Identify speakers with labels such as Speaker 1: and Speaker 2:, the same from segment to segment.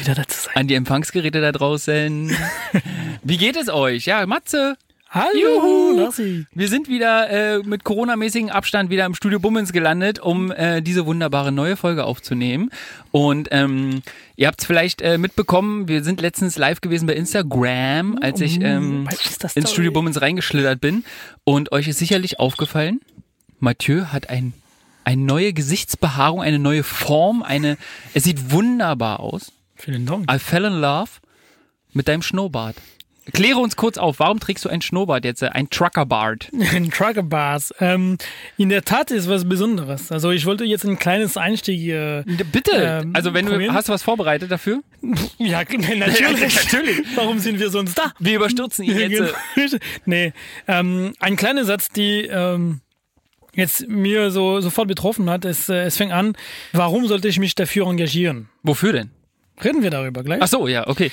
Speaker 1: wieder da zu sein.
Speaker 2: An die Empfangsgeräte da draußen. Wie geht es euch? Ja, Matze.
Speaker 1: Hallo, Lassi.
Speaker 2: Wir sind wieder äh, mit coronamäßigem Abstand wieder im Studio Bummens gelandet, um äh, diese wunderbare neue Folge aufzunehmen. Und ähm, ihr habt es vielleicht äh, mitbekommen, wir sind letztens live gewesen bei Instagram, als ich ähm,
Speaker 1: Mm, Bei Insta Story.
Speaker 2: ins Studio Bummens reingeschlittert bin. Und euch ist sicherlich aufgefallen, Mathieu hat ein, eine neue Gesichtsbehaarung, eine neue Form, eine. Es sieht wunderbar aus.
Speaker 1: Vielen Dank.
Speaker 2: I fell in love mit deinem Schnurrbart. Kläre uns kurz auf, warum trägst du ein Schnurrbart jetzt? äh, Ein Truckerbart.
Speaker 1: In Trucker Bars. Ähm, in der Tat ist was Besonderes. Also ich wollte jetzt ein kleines Einstieg hier.
Speaker 2: Bitte!
Speaker 1: Ähm,
Speaker 2: also, wenn du,
Speaker 1: probieren?
Speaker 2: hast du was vorbereitet dafür?
Speaker 1: Ja, natürlich.
Speaker 2: natürlich.
Speaker 1: Warum sind wir sonst da?
Speaker 2: Wir überstürzen ihn jetzt. äh,
Speaker 1: nee, ähm, ein kleiner Satz, die ähm, jetzt mir so sofort betroffen hat, ist, äh, es fängt an, warum sollte ich mich dafür engagieren?
Speaker 2: äh, Wofür denn?
Speaker 1: Reden wir darüber gleich.
Speaker 2: Ach so, ja, okay.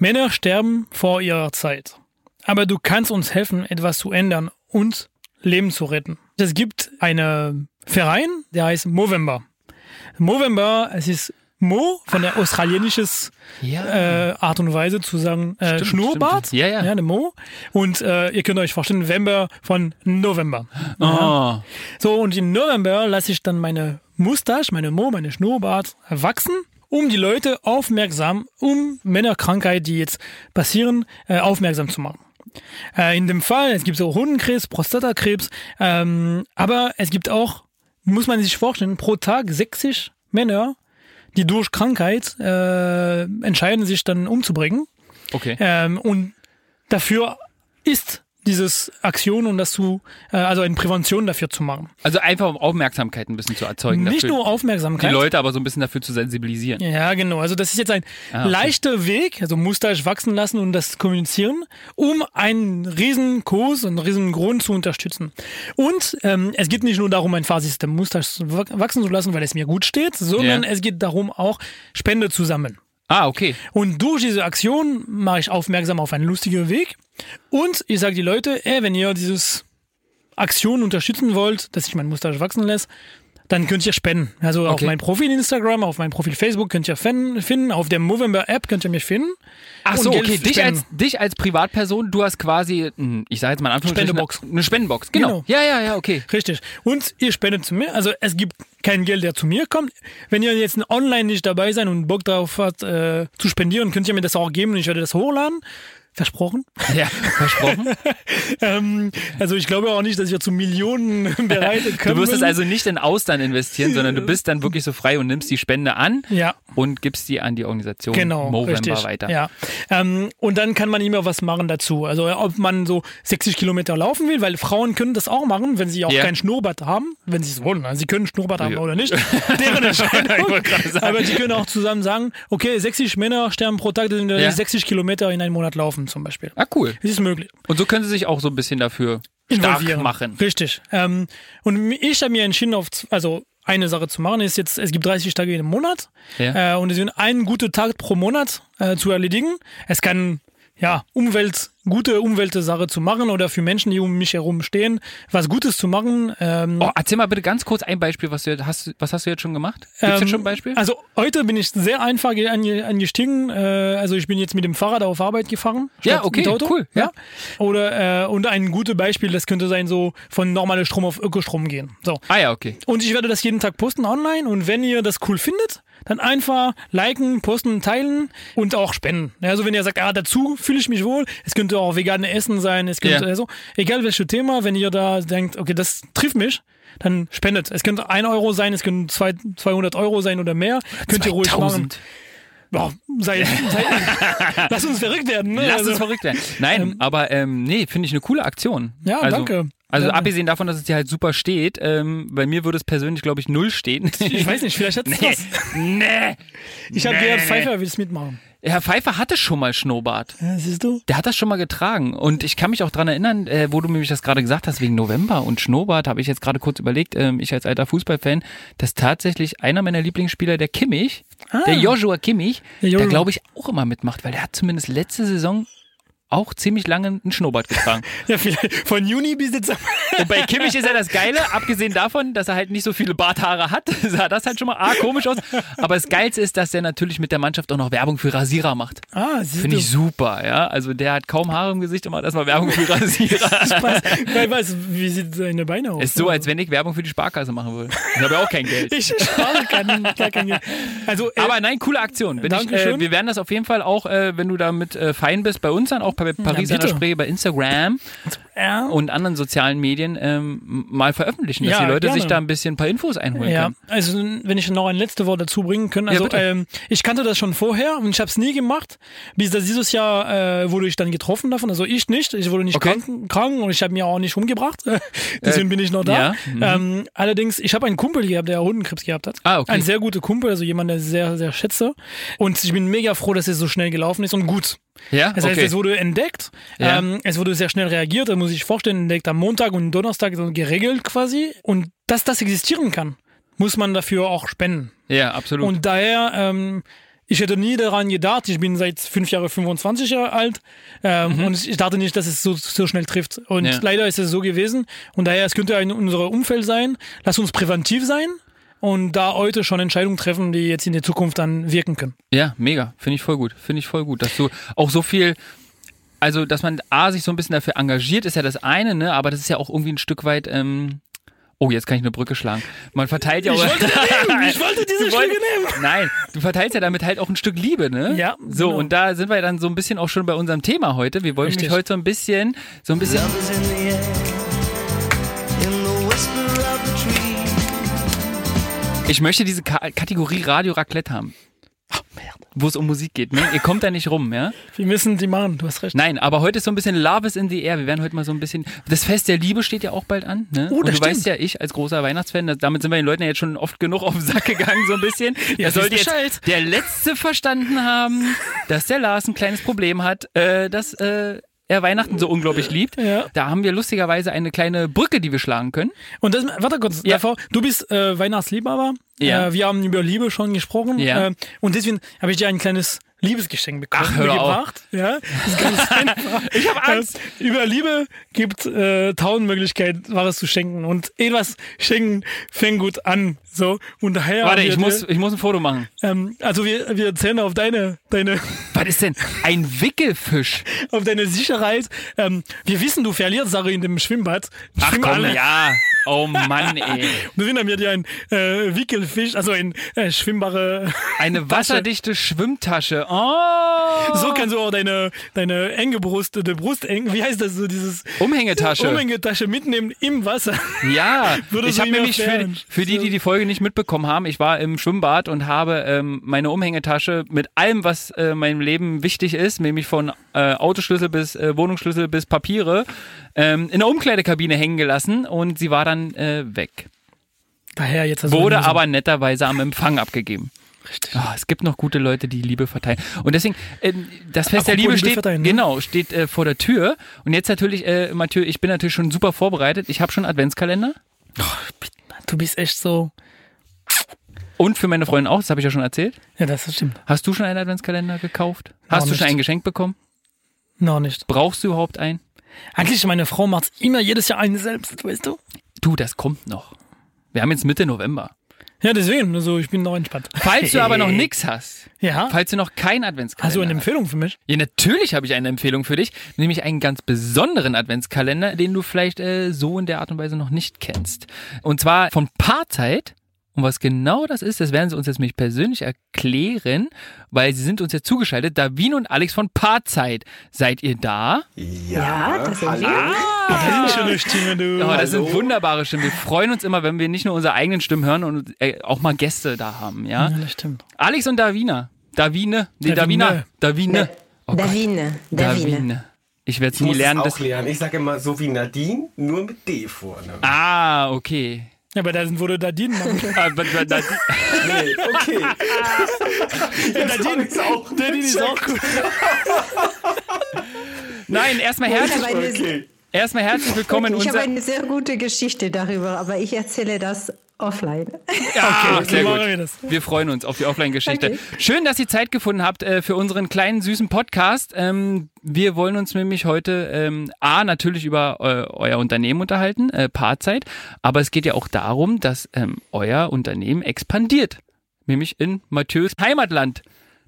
Speaker 1: Männer sterben vor ihrer Zeit. Aber du kannst uns helfen, etwas zu ändern und Leben zu retten. Es gibt einen Verein, der heißt Movember. Movember, es ist Mo von der australianisches
Speaker 2: Ja.
Speaker 1: äh, Art und Weise zu sagen äh,
Speaker 2: Stimmt,
Speaker 1: Schnurrbart.
Speaker 2: stimmt. Ja, ja.
Speaker 1: ja. eine Mo. Und äh, ihr könnt euch vorstellen, November von November.
Speaker 2: oh.
Speaker 1: So, und im November lasse ich dann meine Mustache, meine Mo, meine Schnurrbart wachsen, um die Leute aufmerksam, um Männerkrankheit, die jetzt passieren, äh, aufmerksam zu machen. Äh, in dem Fall, es gibt so Hodenkrebs, Prostatakrebs, ähm, aber es gibt auch, muss man sich vorstellen, pro Tag 60 Männer, die durch Krankheit äh, entscheiden, sich dann umzubringen.
Speaker 2: Okay.
Speaker 1: Ähm, und dafür ist dieses Aktion und das zu, äh, also eine Prävention dafür zu machen.
Speaker 2: Also einfach um Aufmerksamkeit ein bisschen zu erzeugen.
Speaker 1: Nicht
Speaker 2: dafür,
Speaker 1: nur
Speaker 2: die
Speaker 1: Aufmerksamkeit.
Speaker 2: Leute aber so ein bisschen dafür zu sensibilisieren.
Speaker 1: Ja, genau. Also das ist jetzt ein
Speaker 2: Ah, okay.
Speaker 1: leichter Weg, also Mustache wachsen lassen und das kommunizieren, um einen riesen Kurs, einen riesen Grund zu unterstützen. Und ähm, es geht nicht nur darum, ein Fahrsystem Mustache zu wach- wachsen zu lassen, weil es mir gut steht, sondern
Speaker 2: Ja.
Speaker 1: es geht darum, auch Spende zu sammeln.
Speaker 2: Ah, okay.
Speaker 1: Und durch diese Aktion mache ich aufmerksam auf einen lustigen Weg. Und ich sage die Leute, ey, wenn ihr dieses Aktion unterstützen wollt, dass ich mein Mustache wachsen lässt, dann könnt ihr spenden. Also auf
Speaker 2: Okay.
Speaker 1: mein Profil Instagram, auf mein Profil Facebook könnt ihr fan- finden, auf der Movember App könnt ihr mich finden.
Speaker 2: Ach
Speaker 1: Und
Speaker 2: so,
Speaker 1: Geld
Speaker 2: okay. Dich
Speaker 1: spenden.
Speaker 2: als, dich als Privatperson, du hast quasi, mh, ich sage jetzt mal in Anführungsstrichen,
Speaker 1: Spendebox.
Speaker 2: eine Spendenbox. Genau.
Speaker 1: Genau.
Speaker 2: Ja, ja, ja, okay.
Speaker 1: Richtig. Und ihr spendet zu mir. Also es gibt kein Geld, der zu mir kommt. Wenn ihr jetzt online nicht dabei seid und Bock drauf habt, äh, zu spendieren, könnt ihr mir das auch geben und ich werde das hochladen. Versprochen.
Speaker 2: Ja, versprochen.
Speaker 1: Ähm, also ich glaube auch nicht, dass wir zu Millionen bereit
Speaker 2: Du
Speaker 1: können.
Speaker 2: wirst es
Speaker 1: müssen.
Speaker 2: also nicht in Austern investieren, sondern du bist dann wirklich so frei und nimmst die Spende an
Speaker 1: Ja.
Speaker 2: und gibst die an die Organisation
Speaker 1: Genau,
Speaker 2: Movember
Speaker 1: richtig.
Speaker 2: weiter.
Speaker 1: Ja. Ähm, und dann kann man immer was machen dazu. Also ob man so 60 Kilometer laufen will, weil Frauen können das auch machen, wenn sie auch
Speaker 2: Ja.
Speaker 1: kein Schnurrbart haben, wenn sie es wollen. Also sie können Schnurrbart haben
Speaker 2: Ja.
Speaker 1: oder nicht. Deren Entscheidung.
Speaker 2: wollte gerade sagen.
Speaker 1: Aber die können auch zusammen sagen, okay, 60 Männer sterben pro Tag, dann werden
Speaker 2: Ja.
Speaker 1: die 60 Kilometer in einem Monat laufen zum Beispiel.
Speaker 2: Ah, cool.
Speaker 1: Es ist möglich.
Speaker 2: Und so können sie sich auch so ein bisschen dafür stark
Speaker 1: involvieren.
Speaker 2: machen.
Speaker 1: Richtig. Ähm, und ich habe mir entschieden, auf, z- also eine Sache zu machen, ist jetzt, es gibt 30 Tage im Monat
Speaker 2: Ja.
Speaker 1: äh, und es sind einen guten Tag pro Monat äh, zu erledigen. Es kann ja Umwelt, gute Umweltsache zu machen oder für Menschen, die um mich herum stehen, was Gutes zu machen. Ähm,
Speaker 2: Oh, erzähl mal bitte ganz kurz ein Beispiel, was du jetzt- hast, was hast du jetzt schon gemacht? Gibt's
Speaker 1: ähm,
Speaker 2: jetzt schon ein Beispiel?
Speaker 1: Also heute bin ich sehr einfach ge- ange- angestiegen. Äh, also ich bin jetzt mit dem Fahrrad auf Arbeit gefahren.
Speaker 2: Ja,
Speaker 1: statt
Speaker 2: okay,
Speaker 1: mit Auto.
Speaker 2: cool, ja.
Speaker 1: Oder äh, und ein gutes Beispiel, das könnte sein, so von normale Strom auf Ökostrom gehen. So.
Speaker 2: ah ja, okay.
Speaker 1: Und ich werde das jeden Tag posten online. Und wenn ihr das cool findet, dann einfach liken, posten, teilen und auch spenden. Ja, Also wenn ihr sagt, ah, dazu fühle ich mich wohl, es könnte auch vegane Essen sein, es könnte
Speaker 2: Ja.
Speaker 1: also, egal welches Thema, wenn ihr da denkt, okay, das trifft mich, dann spendet. Es könnte ein Euro sein, es können zwei, 200 Euro sein oder mehr. Könnt ihr ruhig machen.
Speaker 2: 2000.
Speaker 1: Boah, sei, sei, lass uns verrückt werden. Ne?
Speaker 2: Lass
Speaker 1: Also-
Speaker 2: uns verrückt werden. Nein, aber ähm, nee, finde ich eine coole Aktion.
Speaker 1: Ja,
Speaker 2: also,
Speaker 1: danke.
Speaker 2: Also
Speaker 1: Danke.
Speaker 2: abgesehen davon, dass es dir halt super steht, ähm, bei mir würde es persönlich, glaube ich, null stehen.
Speaker 1: ich weiß nicht, vielleicht hat's
Speaker 2: nee,
Speaker 1: was.
Speaker 2: nee.
Speaker 1: Ich habe
Speaker 2: Nee,
Speaker 1: gehört,
Speaker 2: nee,
Speaker 1: Pfeiffer will's mitmachen.
Speaker 2: Herr Pfeiffer hatte schon mal Schnurrbart.
Speaker 1: Ja, siehst du?
Speaker 2: Der hat das schon mal getragen. Und ich kann mich auch dran erinnern, äh, wo du mir das gerade gesagt hast, wegen November und Schnurrbart, habe ich jetzt gerade kurz überlegt, ähm, ich als alter Fußballfan, dass tatsächlich einer meiner Lieblingsspieler, der Kimmich, der Joshua Kimmich, der,
Speaker 1: Der Joshua.
Speaker 2: glaube ich auch immer mitmacht, weil der hat zumindest letzte Saison auch ziemlich lange einen Schnurrbart getragen.
Speaker 1: Ja, vielleicht von Juni bis Dezember.
Speaker 2: Und bei Kimmich ist ja das Geile, abgesehen davon, dass er halt nicht so viele Barthaare hat, sah das halt schon mal A, komisch aus. Aber das Geilste ist, dass er natürlich mit der Mannschaft auch noch Werbung für Rasierer macht.
Speaker 1: Ah, siehst
Speaker 2: Finde
Speaker 1: du.
Speaker 2: ich super, ja. Also der hat kaum Haare im Gesicht und macht erstmal Werbung für Rasierer.
Speaker 1: Spaß. Wer weiß, wie sieht seine Beine aus?
Speaker 2: Ist so, als wenn ich Werbung für die Sparkasse machen würde. Ich habe ja auch kein Geld.
Speaker 1: ich spare kein, gar kein Geld. Also, äh,
Speaker 2: Aber nein, coole Aktion. Bin ich, äh,
Speaker 1: Dankeschön.
Speaker 2: wir werden das auf jeden Fall auch, äh, wenn du damit äh, fein bist, bei uns dann auch bei Paris an der
Speaker 1: bitte.
Speaker 2: Spree, bei Instagram
Speaker 1: ja,
Speaker 2: und anderen sozialen Medien ähm, mal veröffentlichen, dass
Speaker 1: Ja,
Speaker 2: die Leute
Speaker 1: gerne.
Speaker 2: sich da ein bisschen ein paar Infos einholen
Speaker 1: ja,
Speaker 2: können.
Speaker 1: also wenn ich noch ein letztes Wort dazu bringen kann. Also
Speaker 2: bitte.
Speaker 1: ähm, ich kannte das schon vorher und ich habe es nie gemacht. Bis das dieses Jahr äh, wurde ich dann getroffen davon. Also ich nicht. Ich wurde nicht
Speaker 2: Okay.
Speaker 1: krank, krank und ich habe mir auch nicht umgebracht. Deswegen bin ich noch
Speaker 2: ja,
Speaker 1: da.
Speaker 2: mhm.
Speaker 1: Ähm, allerdings, ich habe einen Kumpel gehabt, der Hundenkrebs gehabt hat.
Speaker 2: Ah, okay.
Speaker 1: Ein sehr guter Kumpel, also jemand, der sehr, sehr schätze. Und ich bin mega froh, dass es so schnell gelaufen ist und gut.
Speaker 2: Ja,
Speaker 1: Das heißt,
Speaker 2: okay.
Speaker 1: es wurde entdeckt,
Speaker 2: Ja.
Speaker 1: ähm, es wurde sehr schnell reagiert, da muss ich vorstellen, entdeckt am Montag und Donnerstag so geregelt quasi. Und dass das existieren kann, muss man dafür auch spenden.
Speaker 2: ja, absolut.
Speaker 1: Und daher, ähm, ich hätte nie daran gedacht, ich bin seit fünf Jahren 25 Jahre alt ähm, und ich dachte nicht, dass es so, so schnell trifft. Und
Speaker 2: Mhm. Ja.
Speaker 1: leider ist es so gewesen. Und daher, es könnte in unserem Umfeld sein. Lass uns präventiv sein und da heute schon Entscheidungen treffen, die jetzt in der Zukunft dann wirken können.
Speaker 2: Ja, mega. Finde ich voll gut. Finde ich voll gut, dass du auch so viel. Also, dass man A, sich so ein bisschen dafür engagiert, ist ja das eine, ne? Aber das ist ja auch irgendwie ein Stück weit. Ähm, oh, jetzt kann ich eine Brücke schlagen. Man verteilt ja auch.
Speaker 1: Ich wollte diese
Speaker 2: Du wolltest- Nein, du verteilst ja damit halt auch ein Stück Liebe, ne?
Speaker 1: Ja,
Speaker 2: So,
Speaker 1: genau.
Speaker 2: und da sind wir dann so ein bisschen auch schon bei unserem Thema heute. Wir wollen
Speaker 1: Richtig.
Speaker 2: mich heute so ein bisschen, so ein bisschen.
Speaker 3: Love is in the air, in the whisper of the tree.
Speaker 2: Ich möchte diese Ka Kategorie Radio Raclette haben. Wo es um Musik geht, ne? Ihr kommt da nicht rum, ja?
Speaker 1: Wir müssen die machen, du hast recht.
Speaker 2: Nein, aber heute ist so ein bisschen Love is in the air. Wir werden heute mal so ein bisschen. Das Fest der Liebe steht ja auch bald an. Ne?
Speaker 1: Oh,
Speaker 2: Und du
Speaker 1: das stimmt.
Speaker 2: weißt ja, ich als großer Weihnachtsfan, das, damit sind wir den Leuten ja jetzt schon oft genug auf den Sack gegangen, so ein bisschen.
Speaker 1: Ja,
Speaker 2: da sollte
Speaker 1: siehst
Speaker 2: jetzt der Letzte verstanden haben, dass der Lars ein kleines Problem hat, äh, dass äh, er Weihnachten so unglaublich liebt.
Speaker 1: Ja.
Speaker 2: Da haben wir lustigerweise eine kleine Brücke, die wir schlagen können.
Speaker 1: Und das, warte kurz,
Speaker 2: Ja.
Speaker 1: Frau, du bist äh, Weihnachtsliebhaber.
Speaker 2: Ja.
Speaker 1: Äh, wir haben über Liebe schon gesprochen.
Speaker 2: Ja.
Speaker 1: Äh, und deswegen habe ich dir ein kleines Liebesgeschenk bekommen,
Speaker 2: Ach, hör auf.
Speaker 1: mitgebracht. Ja, das ist ganz einfach. ich habe
Speaker 2: Angst.
Speaker 1: über Liebe gibt äh, tausend Möglichkeiten, Wahres zu schenken. Und etwas schenken fängt gut an. So. Und daher.
Speaker 2: Warte,
Speaker 1: haben wir
Speaker 2: ich muss,
Speaker 1: Dir,
Speaker 2: ich muss ein Foto machen.
Speaker 1: ähm, also wir, wir zählen auf deine, deine,
Speaker 2: Was ist denn? Ein Wickelfisch.
Speaker 1: auf deine Sicherheit. Ähm, wir wissen, du verlierst Sache in dem Schwimmbad.
Speaker 2: Ach
Speaker 1: Schwimmen
Speaker 2: komm,
Speaker 1: alle.
Speaker 2: ja. Oh Mann, ey.
Speaker 1: Deswegen haben wir dir einen äh, Wickelfisch, also ein äh, schwimmbare.
Speaker 2: Eine wasserdichte Schwimmtasche. Oh.
Speaker 1: So kannst du auch deine, deine enge Brust, die Brust eng, wie heißt das so, dieses
Speaker 2: Umhängetasche.
Speaker 1: Umhängetasche mitnehmen im Wasser.
Speaker 2: Ja,
Speaker 1: Würde
Speaker 2: ich
Speaker 1: so
Speaker 2: habe nämlich für,
Speaker 1: überfähren.
Speaker 2: für die, die die Folge nicht mitbekommen haben, ich war im Schwimmbad und habe ähm, meine Umhängetasche mit allem, was äh, meinem Leben wichtig ist, nämlich von äh, Autoschlüssel bis äh, Wohnungsschlüssel bis Papiere, ähm, in der Umkleidekabine hängen gelassen und sie war dann äh, weg.
Speaker 1: Daher jetzt also
Speaker 2: Wurde
Speaker 1: müssen-
Speaker 2: aber netterweise am Empfang abgegeben.
Speaker 1: Richtig.
Speaker 2: Ah, es gibt noch gute Leute, die Liebe verteilen. Und deswegen, ähm, das Fest der
Speaker 1: Apropos
Speaker 2: Liebe
Speaker 1: Liebe
Speaker 2: steht,
Speaker 1: verteilen, ne?
Speaker 2: genau, steht äh, vor der Tür. Und jetzt natürlich, äh, Mathieu, ich bin natürlich schon super vorbereitet. Ich habe schon Adventskalender.
Speaker 1: Du bist echt so.
Speaker 2: Und für meine Freundin auch, das habe ich ja schon erzählt.
Speaker 1: Ja, das stimmt.
Speaker 2: Hast du schon einen Adventskalender gekauft? Hast du
Speaker 1: nicht.
Speaker 2: schon ein Geschenk bekommen?
Speaker 1: Noch nicht.
Speaker 2: Brauchst du überhaupt einen?
Speaker 1: Eigentlich, meine Frau macht immer jedes Jahr einen selbst, weißt du?
Speaker 2: Du, das kommt noch. Wir haben jetzt Mitte November.
Speaker 1: Ja, deswegen, also ich bin noch entspannt.
Speaker 2: Falls du aber noch nichts hast,
Speaker 1: Ja. Also
Speaker 2: falls du noch keinen Adventskalender
Speaker 1: Hast du eine
Speaker 2: hast,
Speaker 1: Empfehlung für mich?
Speaker 2: ja, natürlich habe ich eine Empfehlung für dich, nämlich einen ganz besonderen Adventskalender, den du vielleicht äh, so in der Art und Weise noch nicht kennst. Und zwar von Paarzeit. Und was genau das ist, das werden sie uns jetzt nämlich persönlich erklären, weil sie sind uns jetzt zugeschaltet. Davin und Alex von Paarzeit. Seid ihr da?
Speaker 4: Ja, das sind wir.
Speaker 1: Das ist eine schöne Stimme, du.
Speaker 2: Oh, das sind wunderbare Stimmen. Wir freuen uns immer, wenn wir nicht nur unsere eigenen Stimmen hören und äh, auch mal Gäste da haben, ja?
Speaker 1: ja, das stimmt.
Speaker 2: Alex und Davina. Davine. Nee, Davina.
Speaker 1: Davine.
Speaker 2: Davine. Oh Gott.
Speaker 4: Davine. Davine.
Speaker 2: Davine. Ich werde es
Speaker 5: Ich
Speaker 2: nie
Speaker 5: muss
Speaker 2: lernen.
Speaker 5: es
Speaker 2: Das
Speaker 5: auch lernen. Ich sage immer so wie Nadine, nur mit D vorne.
Speaker 2: ah, okay.
Speaker 1: Ja, aber da wurde Dadin. Mann.
Speaker 2: Ah, b- b- Dadi-
Speaker 5: Nee, okay.
Speaker 1: Dadin,
Speaker 5: ich's auch
Speaker 1: Dadin ist auch gut.
Speaker 2: Nein, erstmal herzlich.
Speaker 4: Mittlerweile,
Speaker 5: Okay.
Speaker 2: Erstmal herzlich willkommen in
Speaker 4: Ich habe
Speaker 2: unser.
Speaker 4: eine sehr gute Geschichte darüber, aber ich erzähle das offline.
Speaker 2: Ja,
Speaker 1: so machen wir das.
Speaker 2: Wir freuen uns auf die Offline-Geschichte.
Speaker 4: Okay.
Speaker 2: Schön, dass ihr Zeit gefunden habt äh, für unseren kleinen süßen Podcast. Ähm, wir wollen uns nämlich heute ähm, A, natürlich über eu euer Unternehmen unterhalten, äh, Paarzeit, aber es geht ja auch darum, dass ähm, euer Unternehmen expandiert. Nämlich in Mathieu's Heimatland.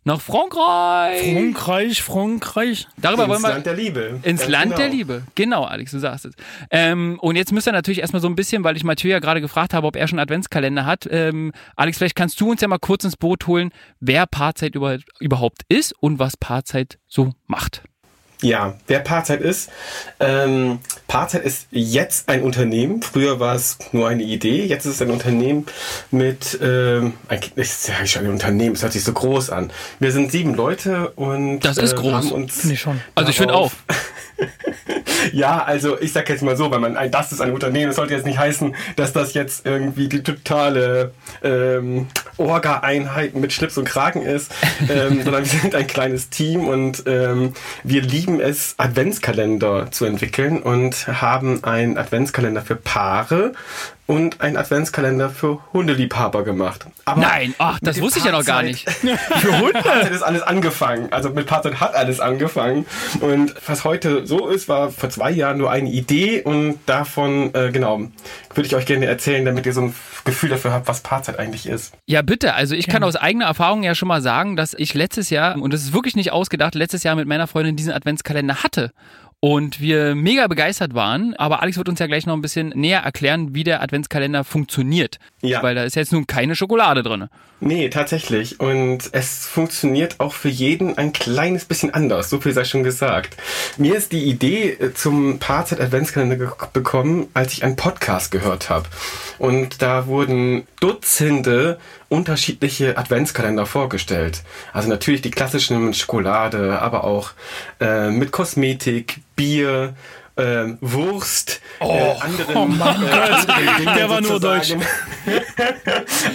Speaker 2: Nach Frankreich.
Speaker 1: Frankreich, Frankreich.
Speaker 2: Darüber
Speaker 5: Ins
Speaker 2: wollen wir.
Speaker 5: Land der Liebe.
Speaker 2: Ins
Speaker 5: Ganz
Speaker 2: Land
Speaker 5: genau.
Speaker 2: der Liebe. Genau, Alex, du sagst es. Ähm, und jetzt müsst ihr natürlich erstmal so ein bisschen, weil ich Mathieu ja gerade gefragt habe, ob er schon einen Adventskalender hat. Ähm, Alex, vielleicht kannst du uns ja mal kurz ins Boot holen, wer Paarzeit über, überhaupt ist und was Paarzeit so macht.
Speaker 5: Ja, wer Paarzeit ist. Ähm, Paarzeit ist jetzt ein Unternehmen. Früher war es nur eine Idee. Jetzt ist es ein Unternehmen mit, ähm, ein, ich sage schon ein Unternehmen, es hört sich so groß an. Wir sind sieben Leute und äh,
Speaker 2: Das ist groß.
Speaker 5: haben uns
Speaker 1: Finde ich schon.
Speaker 2: Also ich finde auch.
Speaker 5: Darauf- Ja, also ich sag jetzt mal so, weil man ein, das ist ein Unternehmen, das sollte jetzt nicht heißen, dass das jetzt irgendwie die totale ähm, Orga-Einheit mit Schlips und Kragen ist, ähm, sondern wir sind ein kleines Team und ähm, wir lieben es, Adventskalender zu entwickeln und haben einen Adventskalender für Paare und einen Adventskalender für Hundeliebhaber gemacht. Aber
Speaker 2: Nein, ach,
Speaker 5: mit
Speaker 2: das
Speaker 5: dem
Speaker 2: wusste ich ja noch gar
Speaker 5: Paarzeit-
Speaker 2: nicht.
Speaker 5: für Hunde hat das alles angefangen. Also mit Paarzeit hat alles angefangen. Und was heute so ist, war vor zwei Jahren nur eine Idee und davon, äh, genau, würde ich euch gerne erzählen, damit ihr so ein Gefühl dafür habt, was Paarzeit eigentlich ist.
Speaker 2: Ja, bitte. Also ich kann aus eigener Erfahrung ja schon mal sagen, dass ich letztes Jahr, und das ist wirklich nicht ausgedacht, letztes Jahr mit meiner Freundin diesen Adventskalender hatte. Und wir mega begeistert waren, aber Alex wird uns ja gleich noch ein bisschen näher erklären, wie der Adventskalender funktioniert.
Speaker 5: Ja.
Speaker 2: Weil da ist jetzt nun keine Schokolade drin.
Speaker 5: Nee, tatsächlich. Und es funktioniert auch für jeden ein kleines bisschen anders. So viel sei schon gesagt. Mir ist die Idee äh, zum Paarzeit Adventskalender ge- bekommen, als ich einen Podcast gehört habe. Und da wurden Dutzende unterschiedliche Adventskalender vorgestellt. Also natürlich die klassischen mit Schokolade, aber auch äh, mit Kosmetik, Bier, ähm, Wurst, äh, anderen, oh mein Gott.
Speaker 1: Der war nur deutsch.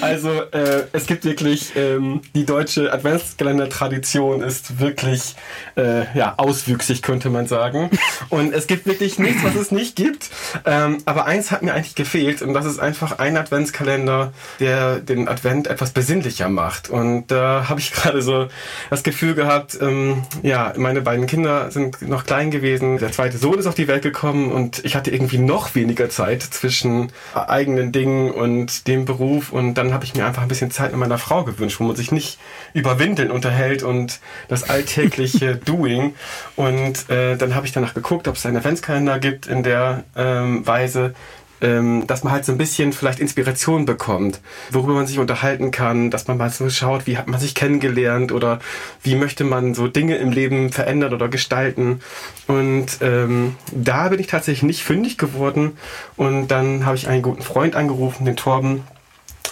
Speaker 5: Also äh, es gibt wirklich ähm, die deutsche Adventskalender-Tradition ist wirklich äh, ja auswüchsig könnte man sagen und es gibt wirklich nichts, was es nicht gibt. Ähm, aber eins hat mir eigentlich gefehlt und das ist einfach ein Adventskalender, der den Advent etwas besinnlicher macht und da habe ich gerade so das Gefühl gehabt, ähm, ja meine beiden Kinder sind noch klein gewesen, der zweite Sohn ist auf die Welt gekommen und ich hatte irgendwie noch weniger Zeit zwischen eigenen Dingen und dem Beruf und dann habe ich mir einfach ein bisschen Zeit mit meiner Frau gewünscht, wo man sich nicht über Windeln unterhält und das alltägliche Doing und äh, dann habe ich danach geguckt, ob es einen Adventskalender gibt in der ähm, Weise, ähm, dass man halt so ein bisschen vielleicht Inspiration bekommt, worüber man sich unterhalten kann, dass man mal so schaut, wie hat man sich kennengelernt oder wie möchte man so Dinge im Leben verändern oder gestalten. Und ähm, da bin ich tatsächlich nicht fündig geworden und dann habe ich einen guten Freund angerufen, den Torben.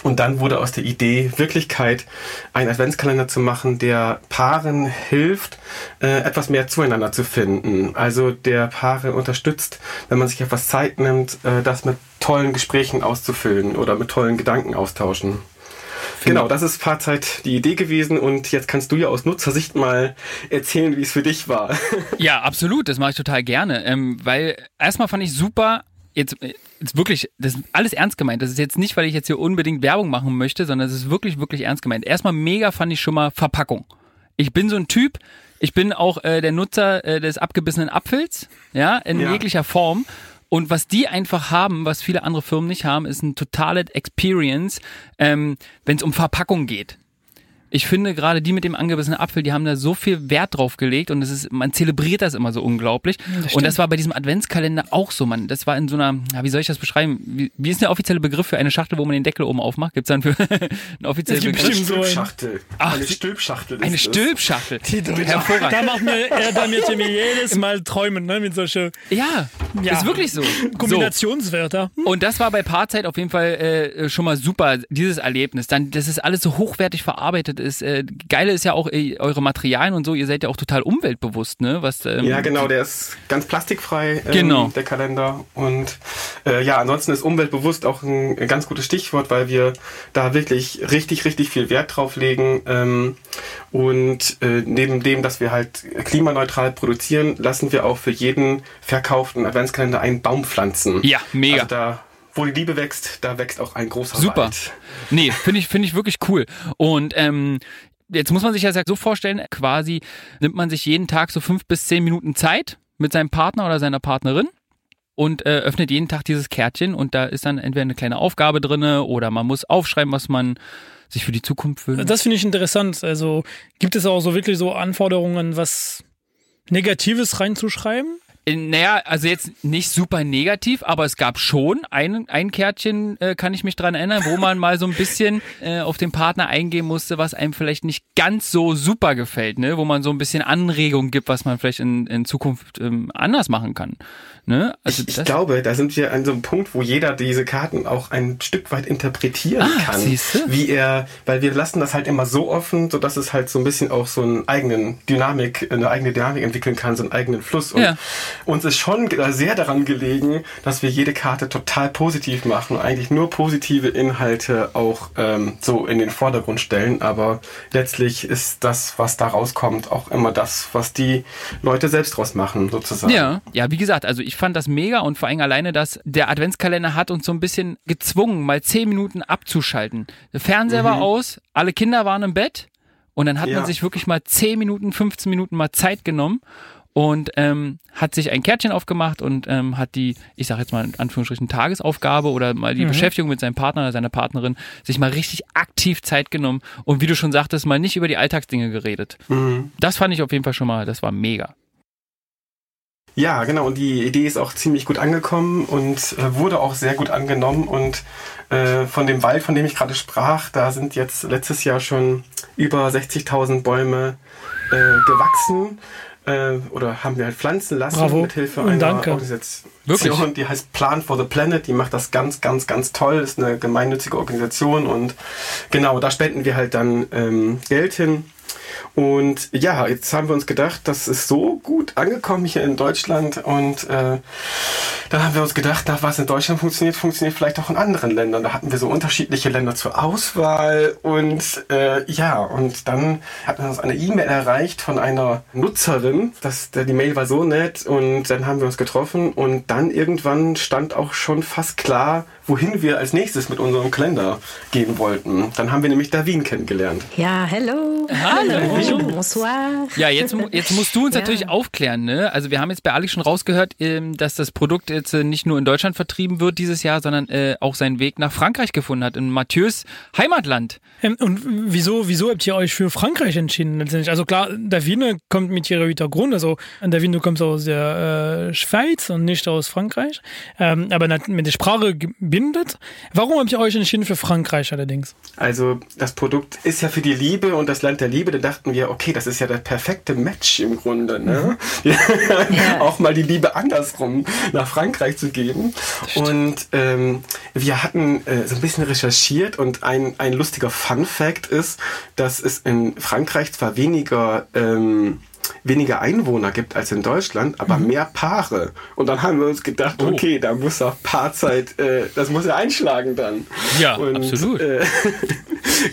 Speaker 5: Und dann wurde aus der Idee Wirklichkeit, einen Adventskalender zu machen, der Paaren hilft, äh, etwas mehr zueinander zu finden. Also der Paare unterstützt, wenn man sich etwas Zeit nimmt, äh, das mit tollen Gesprächen auszufüllen oder mit tollen Gedanken austauschen. Genau, das ist Fahrzeit die Idee gewesen und jetzt kannst du ja aus Nutzersicht mal erzählen, wie es für dich war.
Speaker 2: Ja, absolut. Das mache ich total gerne. Ähm, weil erstmal fand ich super, jetzt, äh, jetzt wirklich, das ist alles ernst gemeint. Das ist jetzt nicht, weil ich jetzt hier unbedingt Werbung machen möchte, sondern es ist wirklich, wirklich ernst gemeint. Erstmal mega fand ich schon mal Verpackung. Ich bin so ein Typ, ich bin auch äh, der Nutzer äh, des abgebissenen Apfels, ja, in
Speaker 5: Ja.
Speaker 2: jeglicher Form. Und was die einfach haben, was viele andere Firmen nicht haben, ist eine totale Experience, ähm, wenn es um Verpackung geht. Ich finde gerade die mit dem angebissenen Apfel, die haben da so viel Wert drauf gelegt und es ist, man zelebriert das immer so unglaublich. und das war bei diesem Adventskalender auch so, man. Das war in so einer, ja, wie soll ich das beschreiben? Wie, wie ist der offizielle Begriff für eine Schachtel, wo man den Deckel oben aufmacht? Gibt's dann für einen offiziellen
Speaker 1: gibt
Speaker 2: Begriff?
Speaker 1: Stimmt, so ein-
Speaker 5: Stülpschachtel.
Speaker 2: Ach,
Speaker 5: eine Stülpschachtel.
Speaker 2: Eine
Speaker 5: ist es.
Speaker 2: Stülpschachtel.
Speaker 1: Da
Speaker 2: Hervorragend.
Speaker 1: macht mir, äh, da mir Jimmy jedes Mal träumen, ne, mit solche
Speaker 2: Ja,
Speaker 1: Ja.
Speaker 2: ist wirklich so. so.
Speaker 1: Kombinationswörter.
Speaker 2: Und das war bei Paarzeit auf jeden Fall äh, schon mal super, dieses Erlebnis. Dann, dass es alles so hochwertig verarbeitet ist, äh, geile ist ja auch äh, eure Materialien und so, ihr seid ja auch total umweltbewusst, ne? Was, ähm,
Speaker 5: Ja, genau, der ist ganz plastikfrei, ähm,
Speaker 2: Genau.
Speaker 5: der Kalender. Und äh, ja, ansonsten ist umweltbewusst auch ein, ein ganz gutes Stichwort, weil wir da wirklich richtig, richtig viel Wert drauf legen. Ähm, und äh, neben dem, dass wir halt klimaneutral produzieren, lassen wir auch für jeden verkauften Adventskalender einen Baum pflanzen.
Speaker 2: Ja, mega.
Speaker 5: Also da, wo die Liebe wächst, da wächst auch ein großer
Speaker 2: Super.
Speaker 5: Wald.
Speaker 2: Nee, finde ich, finde ich wirklich cool. Und ähm, jetzt muss man sich das ja so vorstellen, quasi nimmt man sich jeden Tag so fünf bis zehn Minuten Zeit mit seinem Partner oder seiner Partnerin und äh, öffnet jeden Tag dieses Kärtchen und da ist dann entweder eine kleine Aufgabe drinne oder man muss aufschreiben, was man sich für die Zukunft wünscht.
Speaker 1: Das finde ich interessant. Also gibt es auch so wirklich so Anforderungen, was Negatives reinzuschreiben?
Speaker 2: Äh, Naja, also jetzt nicht super negativ, aber es gab schon ein, ein Kärtchen, äh, kann ich mich dran erinnern, wo man mal so ein bisschen äh, auf den Partner eingehen musste, was einem vielleicht nicht ganz so super gefällt, ne? wo man so ein bisschen Anregung gibt, was man vielleicht in, in Zukunft ähm, anders machen kann. Ne? Also
Speaker 5: Ich glaube, da sind wir an so einem Punkt, wo jeder diese Karten auch ein Stück weit interpretieren
Speaker 2: Ah,
Speaker 5: kann.
Speaker 2: siehste.
Speaker 5: Wie er, weil wir lassen das halt immer so offen, sodass es halt so ein bisschen auch so einen eigenen Dynamik, eine eigene Dynamik entwickeln kann, so einen eigenen Fluss. Und
Speaker 2: Ja.
Speaker 5: uns ist schon ge- sehr daran gelegen, dass wir jede Karte total positiv machen und eigentlich nur positive Inhalte auch ähm, so in den Vordergrund stellen. Aber letztlich ist das, was da rauskommt, auch immer das, was die Leute selbst draus machen, sozusagen.
Speaker 2: Ja, ja, wie gesagt, also ich fand das mega und vor allem alleine, dass der Adventskalender hat uns so ein bisschen gezwungen, mal zehn Minuten abzuschalten. Der Fernseher war aus, alle Kinder waren im Bett und dann hat
Speaker 5: Ja.
Speaker 2: man sich wirklich mal zehn Minuten, 15 Minuten mal Zeit genommen und ähm, hat sich ein Kärtchen aufgemacht und ähm, hat die, ich sag jetzt mal in Anführungsstrichen Tagesaufgabe oder mal die Beschäftigung mit seinem Partner oder seiner Partnerin, sich mal richtig aktiv Zeit genommen und wie du schon sagtest, mal nicht über die Alltagsdinge geredet.
Speaker 5: Mhm.
Speaker 2: Das fand ich auf jeden Fall schon mal, das war mega.
Speaker 5: Ja, genau. Und die Idee ist auch ziemlich gut angekommen und äh, wurde auch sehr gut angenommen. Und äh, von dem Wald, von dem ich gerade sprach, da sind jetzt letztes Jahr schon über 60.000 Bäume äh, gewachsen. Äh, oder haben wir halt pflanzen lassen
Speaker 1: Bravo.
Speaker 5: mit Hilfe
Speaker 1: Und
Speaker 5: einer
Speaker 1: danke.
Speaker 5: Organisation,
Speaker 2: Wirklich?
Speaker 5: die heißt Plan for the Planet. Die macht das ganz, ganz, ganz toll. Ist eine gemeinnützige Organisation und genau, da spenden wir halt dann ähm, Geld hin. Und ja, jetzt haben wir uns gedacht, das ist so gut angekommen hier in Deutschland. Und äh, dann haben wir uns gedacht, nach was in Deutschland funktioniert, funktioniert vielleicht auch in anderen Ländern. Da hatten wir so unterschiedliche Länder zur Auswahl. Und äh, ja, und dann hat uns eine E-Mail erreicht von einer Nutzerin. Das, der- die Mail war so nett. Und dann haben wir uns getroffen. Und dann irgendwann stand auch schon fast klar, wohin wir als nächstes mit unserem Kalender gehen wollten. Dann haben wir nämlich da Wien kennengelernt.
Speaker 4: Ja, hello.
Speaker 2: Hallo.
Speaker 4: Bonsoir.
Speaker 2: Ja, jetzt, mu- jetzt musst du uns
Speaker 4: Ja.
Speaker 2: natürlich aufklären, ne? Also wir haben jetzt bei Alex schon rausgehört, ähm, dass das Produkt jetzt äh, nicht nur in Deutschland vertrieben wird dieses Jahr, sondern äh, auch seinen Weg nach Frankreich gefunden hat, in Mathieu's Heimatland.
Speaker 1: Ähm, Und wieso, wieso habt ihr euch für Frankreich entschieden letztendlich? Also klar, Davine kommt mit ihrem Hintergrund, also Davine kommt aus der äh, Schweiz und nicht aus Frankreich, ähm, aber nat- mit der Sprache gebindet. Warum habt ihr euch entschieden für Frankreich allerdings?
Speaker 5: Also das Produkt ist ja für die Liebe und das Land der Liebe. Da dachten wir, okay, das ist ja der perfekte Match im Grunde. Ne?
Speaker 2: Mhm.
Speaker 5: Ja, auch mal die Liebe andersrum nach Frankreich zu geben. Und ähm, wir hatten äh, so ein bisschen recherchiert und ein, ein lustiger Fun Fact ist, dass es in Frankreich zwar weniger... Ähm, weniger Einwohner gibt als in Deutschland, aber
Speaker 2: Mhm.
Speaker 5: mehr Paare. Und dann haben wir uns gedacht,
Speaker 2: Oh.
Speaker 5: okay, da muss ja Paarzeit, äh, das muss ja einschlagen dann.
Speaker 2: Ja,
Speaker 5: Und,
Speaker 2: absolut.
Speaker 5: Äh,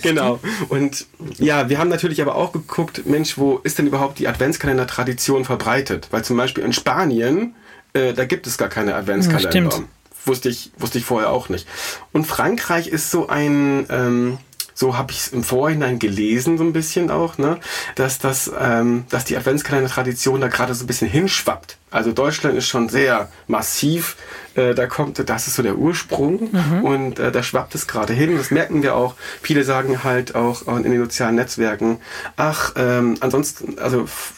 Speaker 5: genau. Und ja, wir haben natürlich aber auch geguckt, Mensch, wo ist denn überhaupt die Adventskalender-Tradition verbreitet? Weil zum Beispiel in Spanien, äh, da gibt es gar keine Adventskalender.
Speaker 1: Ja, stimmt.
Speaker 5: Wusste ich, wusste ich vorher auch nicht. Und Frankreich ist so ein, ähm, so habe ich es im Vorhinein gelesen, so ein bisschen auch, ne? dass, das, ähm, dass die Adventskalender-Tradition da gerade so ein bisschen hinschwappt. Also Deutschland ist schon sehr massiv, äh, da kommt, das ist so der Ursprung
Speaker 1: Mhm.
Speaker 5: und äh, da schwappt es gerade hin. Das merken wir auch. Viele sagen halt auch in den sozialen Netzwerken, ach, ähm, ansonsten, also f-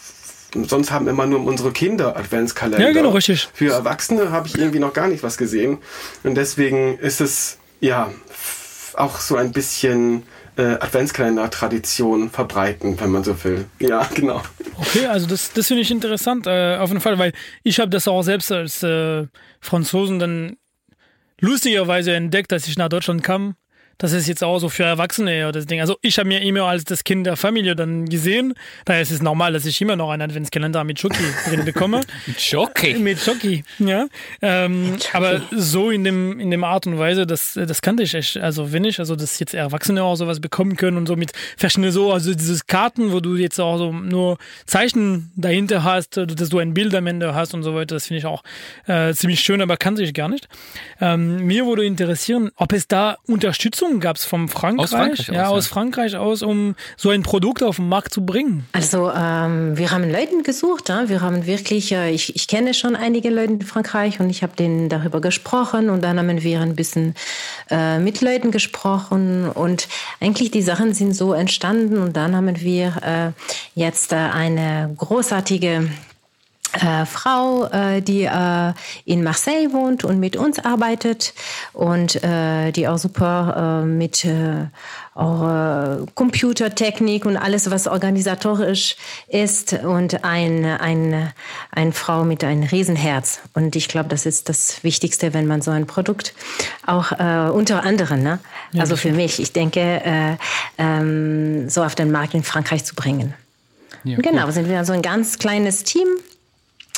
Speaker 5: sonst haben immer nur unsere Kinder Adventskalender.
Speaker 1: Ja, genau, richtig.
Speaker 5: Für Erwachsene habe ich irgendwie noch gar nicht was gesehen. Und deswegen ist es ja f- auch so ein bisschen äh, Adventskalender-Tradition verbreiten, wenn man so will. Ja, genau.
Speaker 1: Okay, also das, das finde ich interessant, äh, auf jeden Fall, weil ich habe das auch selbst als äh, Franzosen dann lustigerweise entdeckt, dass ich nach Deutschland kam. Das ist jetzt auch so für Erwachsene ja, das Ding. Also ich habe mir immer als das Kind der Familie dann gesehen. Daher ist es normal, dass ich immer noch einen Adventskalender mit Schoki drin bekomme.
Speaker 2: Jockey.
Speaker 1: Mit Schoki, ja. Ähm, aber so in dem, in dem Art und Weise, das, das kannte ich echt. Also wenn ich, also dass jetzt Erwachsene auch sowas bekommen können und so mit verschiedene so, also dieses Karten, wo du jetzt auch so nur Zeichen dahinter hast, dass du ein Bild am Ende hast und so weiter, das finde ich auch äh, ziemlich schön, aber kannte ich gar nicht. Ähm, mir würde interessieren, ob es da Unterstützung gab vom Frankreich,
Speaker 2: Frankreich
Speaker 1: ja,
Speaker 2: aus, ja.
Speaker 1: aus Frankreich aus, um so ein Produkt auf den Markt zu bringen.
Speaker 4: Also ähm, wir haben Leuten gesucht, ja? wir haben wirklich, äh, ich, ich kenne schon einige Leute in Frankreich und ich habe denen darüber gesprochen und dann haben wir ein bisschen äh, mit Leuten gesprochen und eigentlich die Sachen sind so entstanden und dann haben wir äh, jetzt äh, eine großartige äh, Frau, äh, die äh, in Marseille wohnt und mit uns arbeitet und äh, die auch super äh, mit äh, auch, äh, Computertechnik und alles, was organisatorisch ist und ein, ein, ein Frau mit einem Riesenherz. Und ich glaube, das ist das Wichtigste, wenn man so ein Produkt auch äh, unter anderem, ne? also für mich, ich denke, äh, ähm, so auf den Markt in Frankreich zu bringen. genau, sind wir so ein ganz kleines Team.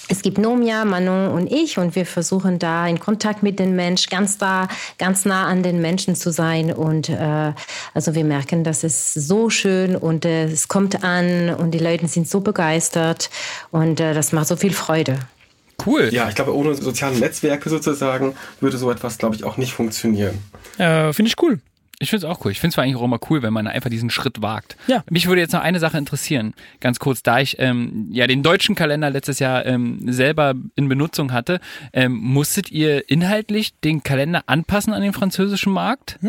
Speaker 4: Es gibt Nomia, Manon und ich und wir versuchen da in Kontakt mit den Menschen, ganz da, ganz nah an den Menschen zu sein und äh, also wir merken, das ist so schön und äh, es kommt an und die Leute sind so begeistert und äh, das macht so viel Freude.
Speaker 2: Cool.
Speaker 5: Ja, ich glaube, ohne soziale Netzwerke sozusagen würde so etwas, glaube ich, auch nicht funktionieren.
Speaker 1: Äh, finde ich cool.
Speaker 2: Ich finde es auch cool. Ich finde es eigentlich auch immer cool, wenn man einfach diesen Schritt wagt.
Speaker 1: Ja.
Speaker 2: Mich würde jetzt noch eine Sache interessieren, ganz kurz, da ich ähm, ja den deutschen Kalender letztes Jahr ähm, selber in Benutzung hatte, ähm, musstet ihr inhaltlich den Kalender anpassen an den französischen Markt?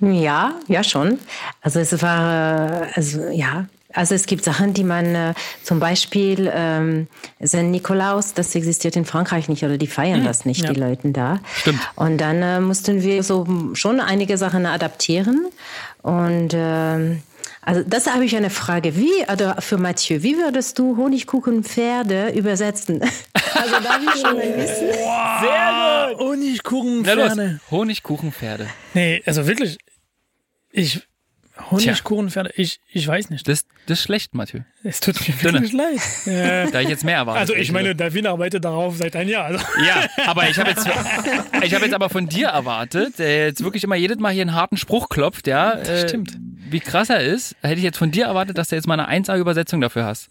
Speaker 4: Ja, ja schon. Also es war, äh, also ja, also es gibt Sachen, die man äh, zum Beispiel ähm, San Nikolaus, das existiert in Frankreich nicht oder die feiern das nicht, die Leute da.
Speaker 2: Stimmt.
Speaker 4: Und dann äh, mussten wir so schon einige Sachen adaptieren und ähm, also das habe ich eine Frage. Wie, oder für Mathieu, wie würdest du Honigkuchenpferde übersetzen? Also da habe ich schon ein bisschen.
Speaker 1: Sehr gut. Honigkuchenferne.
Speaker 2: Honigkuchenpferde.
Speaker 1: Nee, also wirklich. Ich. Honigkuchenpferde, ich, ich weiß nicht.
Speaker 2: Das, das ist schlecht, Mathieu.
Speaker 1: Es tut mir
Speaker 2: Dünne.
Speaker 1: wirklich leid. Äh,
Speaker 2: Da ich jetzt mehr erwartet
Speaker 1: also ich
Speaker 2: hätte.
Speaker 1: meine, Davin arbeitet darauf seit ein Jahr. Also.
Speaker 2: Ja, aber ich habe jetzt, ich habe jetzt aber von dir erwartet, der jetzt wirklich immer jedes Mal hier einen harten Spruch klopft, ja. Das
Speaker 1: stimmt.
Speaker 2: Wie krass er ist, hätte ich jetzt von dir erwartet, dass du jetzt mal eine 1A-Übersetzung dafür hast.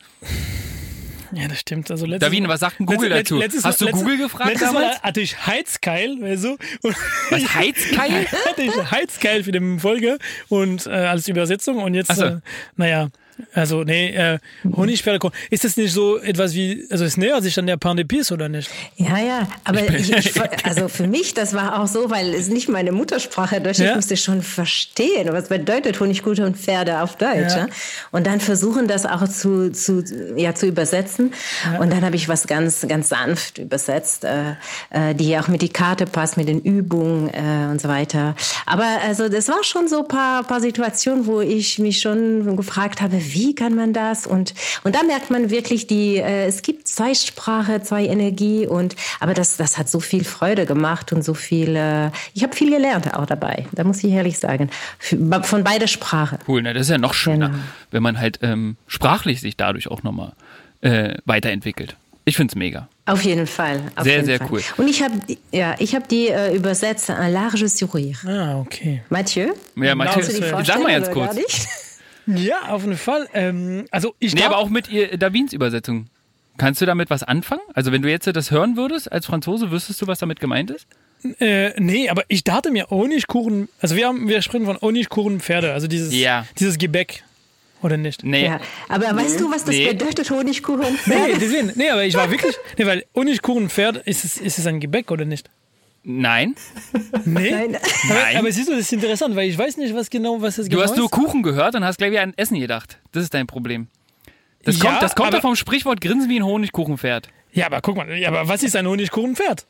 Speaker 1: Ja, das stimmt. Also letztes
Speaker 2: Davin, was sagt denn Google
Speaker 1: letzt-
Speaker 2: dazu?
Speaker 1: letztes
Speaker 2: Hast du
Speaker 1: Mal- letztes-
Speaker 2: Google gefragt
Speaker 1: letztes
Speaker 2: damals?
Speaker 1: Mal hatte ich Heizkeil, weißt du? Und
Speaker 2: Was, Heizkeil?
Speaker 1: hatte ich Heizkeil für die Folge und äh, als Übersetzung und jetzt,
Speaker 2: Ach so.
Speaker 1: äh, naja, also nee, äh, Honigpferdekuchen. Ist das nicht so etwas wie, also es nähert sich an der Pandemie oder nicht?
Speaker 4: Ja, ja, aber ich, ich, also für mich, das war auch so, weil es nicht meine Muttersprache Deutsch,
Speaker 1: Ja.
Speaker 4: ich musste schon verstehen, was bedeutet Honiggute und Pferde auf Deutsch.
Speaker 1: Ja.
Speaker 4: Ja. Und dann versuchen, das auch zu, zu, ja, zu übersetzen. Und dann habe ich was ganz, ganz sanft übersetzt, äh, äh, die auch mit die Karte passt, mit den Übungen äh, und so weiter. Aber also das war schon so ein paar, paar Situationen, wo ich mich schon gefragt habe, wie kann man das? Und, und da merkt man wirklich, die, äh, es gibt zwei Sprache, zwei Energie und aber das, das hat so viel Freude gemacht und so viel, äh, ich habe viel gelernt auch dabei, da muss ich ehrlich sagen. Für- Von beider Sprache.
Speaker 2: Cool, na, das ist ja noch schöner,
Speaker 4: Genau.
Speaker 2: wenn man halt ähm, sprachlich sich dadurch auch nochmal äh, weiterentwickelt. Ich find's mega.
Speaker 4: Auf jeden Fall. Auf
Speaker 2: Sehr,
Speaker 4: jeden
Speaker 2: sehr
Speaker 4: Fall.
Speaker 2: cool.
Speaker 4: Und ich habe ja, ich hab die äh, übersetzt, ein large sourire.
Speaker 1: Ah, okay.
Speaker 4: Mathieu?
Speaker 2: Ja, Mathieu,
Speaker 4: kannst du dich
Speaker 2: sag mal
Speaker 4: vorstellen
Speaker 2: jetzt
Speaker 4: oder
Speaker 2: kurz.
Speaker 4: gar nicht?
Speaker 1: Ja, auf jeden Fall. Ähm, also ich
Speaker 2: Nee,
Speaker 1: glaub-
Speaker 2: aber auch mit ihr, Davins Übersetzung. Kannst du damit was anfangen? Also wenn du jetzt das hören würdest als Franzose, wüsstest du, was damit gemeint ist?
Speaker 1: Äh, nee, aber ich dachte mir Honigkuchen, also wir haben, wir sprechen von Honigkuchenpferde, also dieses,
Speaker 2: Ja.
Speaker 1: dieses Gebäck, oder nicht?
Speaker 2: Nee.
Speaker 4: Ja, aber weißt du, was das
Speaker 2: Nee.
Speaker 4: bedeutet, Honigkuchen? und
Speaker 1: Nee,
Speaker 4: Pferde?
Speaker 1: deswegen, nee, aber ich war wirklich, nee, weil Honigkuchenpferd, ist es, ist es ein Gebäck oder nicht?
Speaker 2: Nein.
Speaker 1: Nee,
Speaker 4: Nein.
Speaker 1: Aber,
Speaker 2: Nein.
Speaker 1: aber siehst du, das ist interessant, weil ich weiß nicht, was genau, was das
Speaker 2: Du
Speaker 1: genau
Speaker 2: hast nur
Speaker 1: ist.
Speaker 2: Kuchen gehört und hast gleich wieder an Essen gedacht. Das ist dein Problem. Das
Speaker 1: Ja,
Speaker 2: kommt, das kommt
Speaker 1: aber-
Speaker 2: doch vom Sprichwort Grinsen wie ein Honigkuchenpferd.
Speaker 1: Ja, aber guck mal, ja, aber was ist ein Honigkuchenpferd?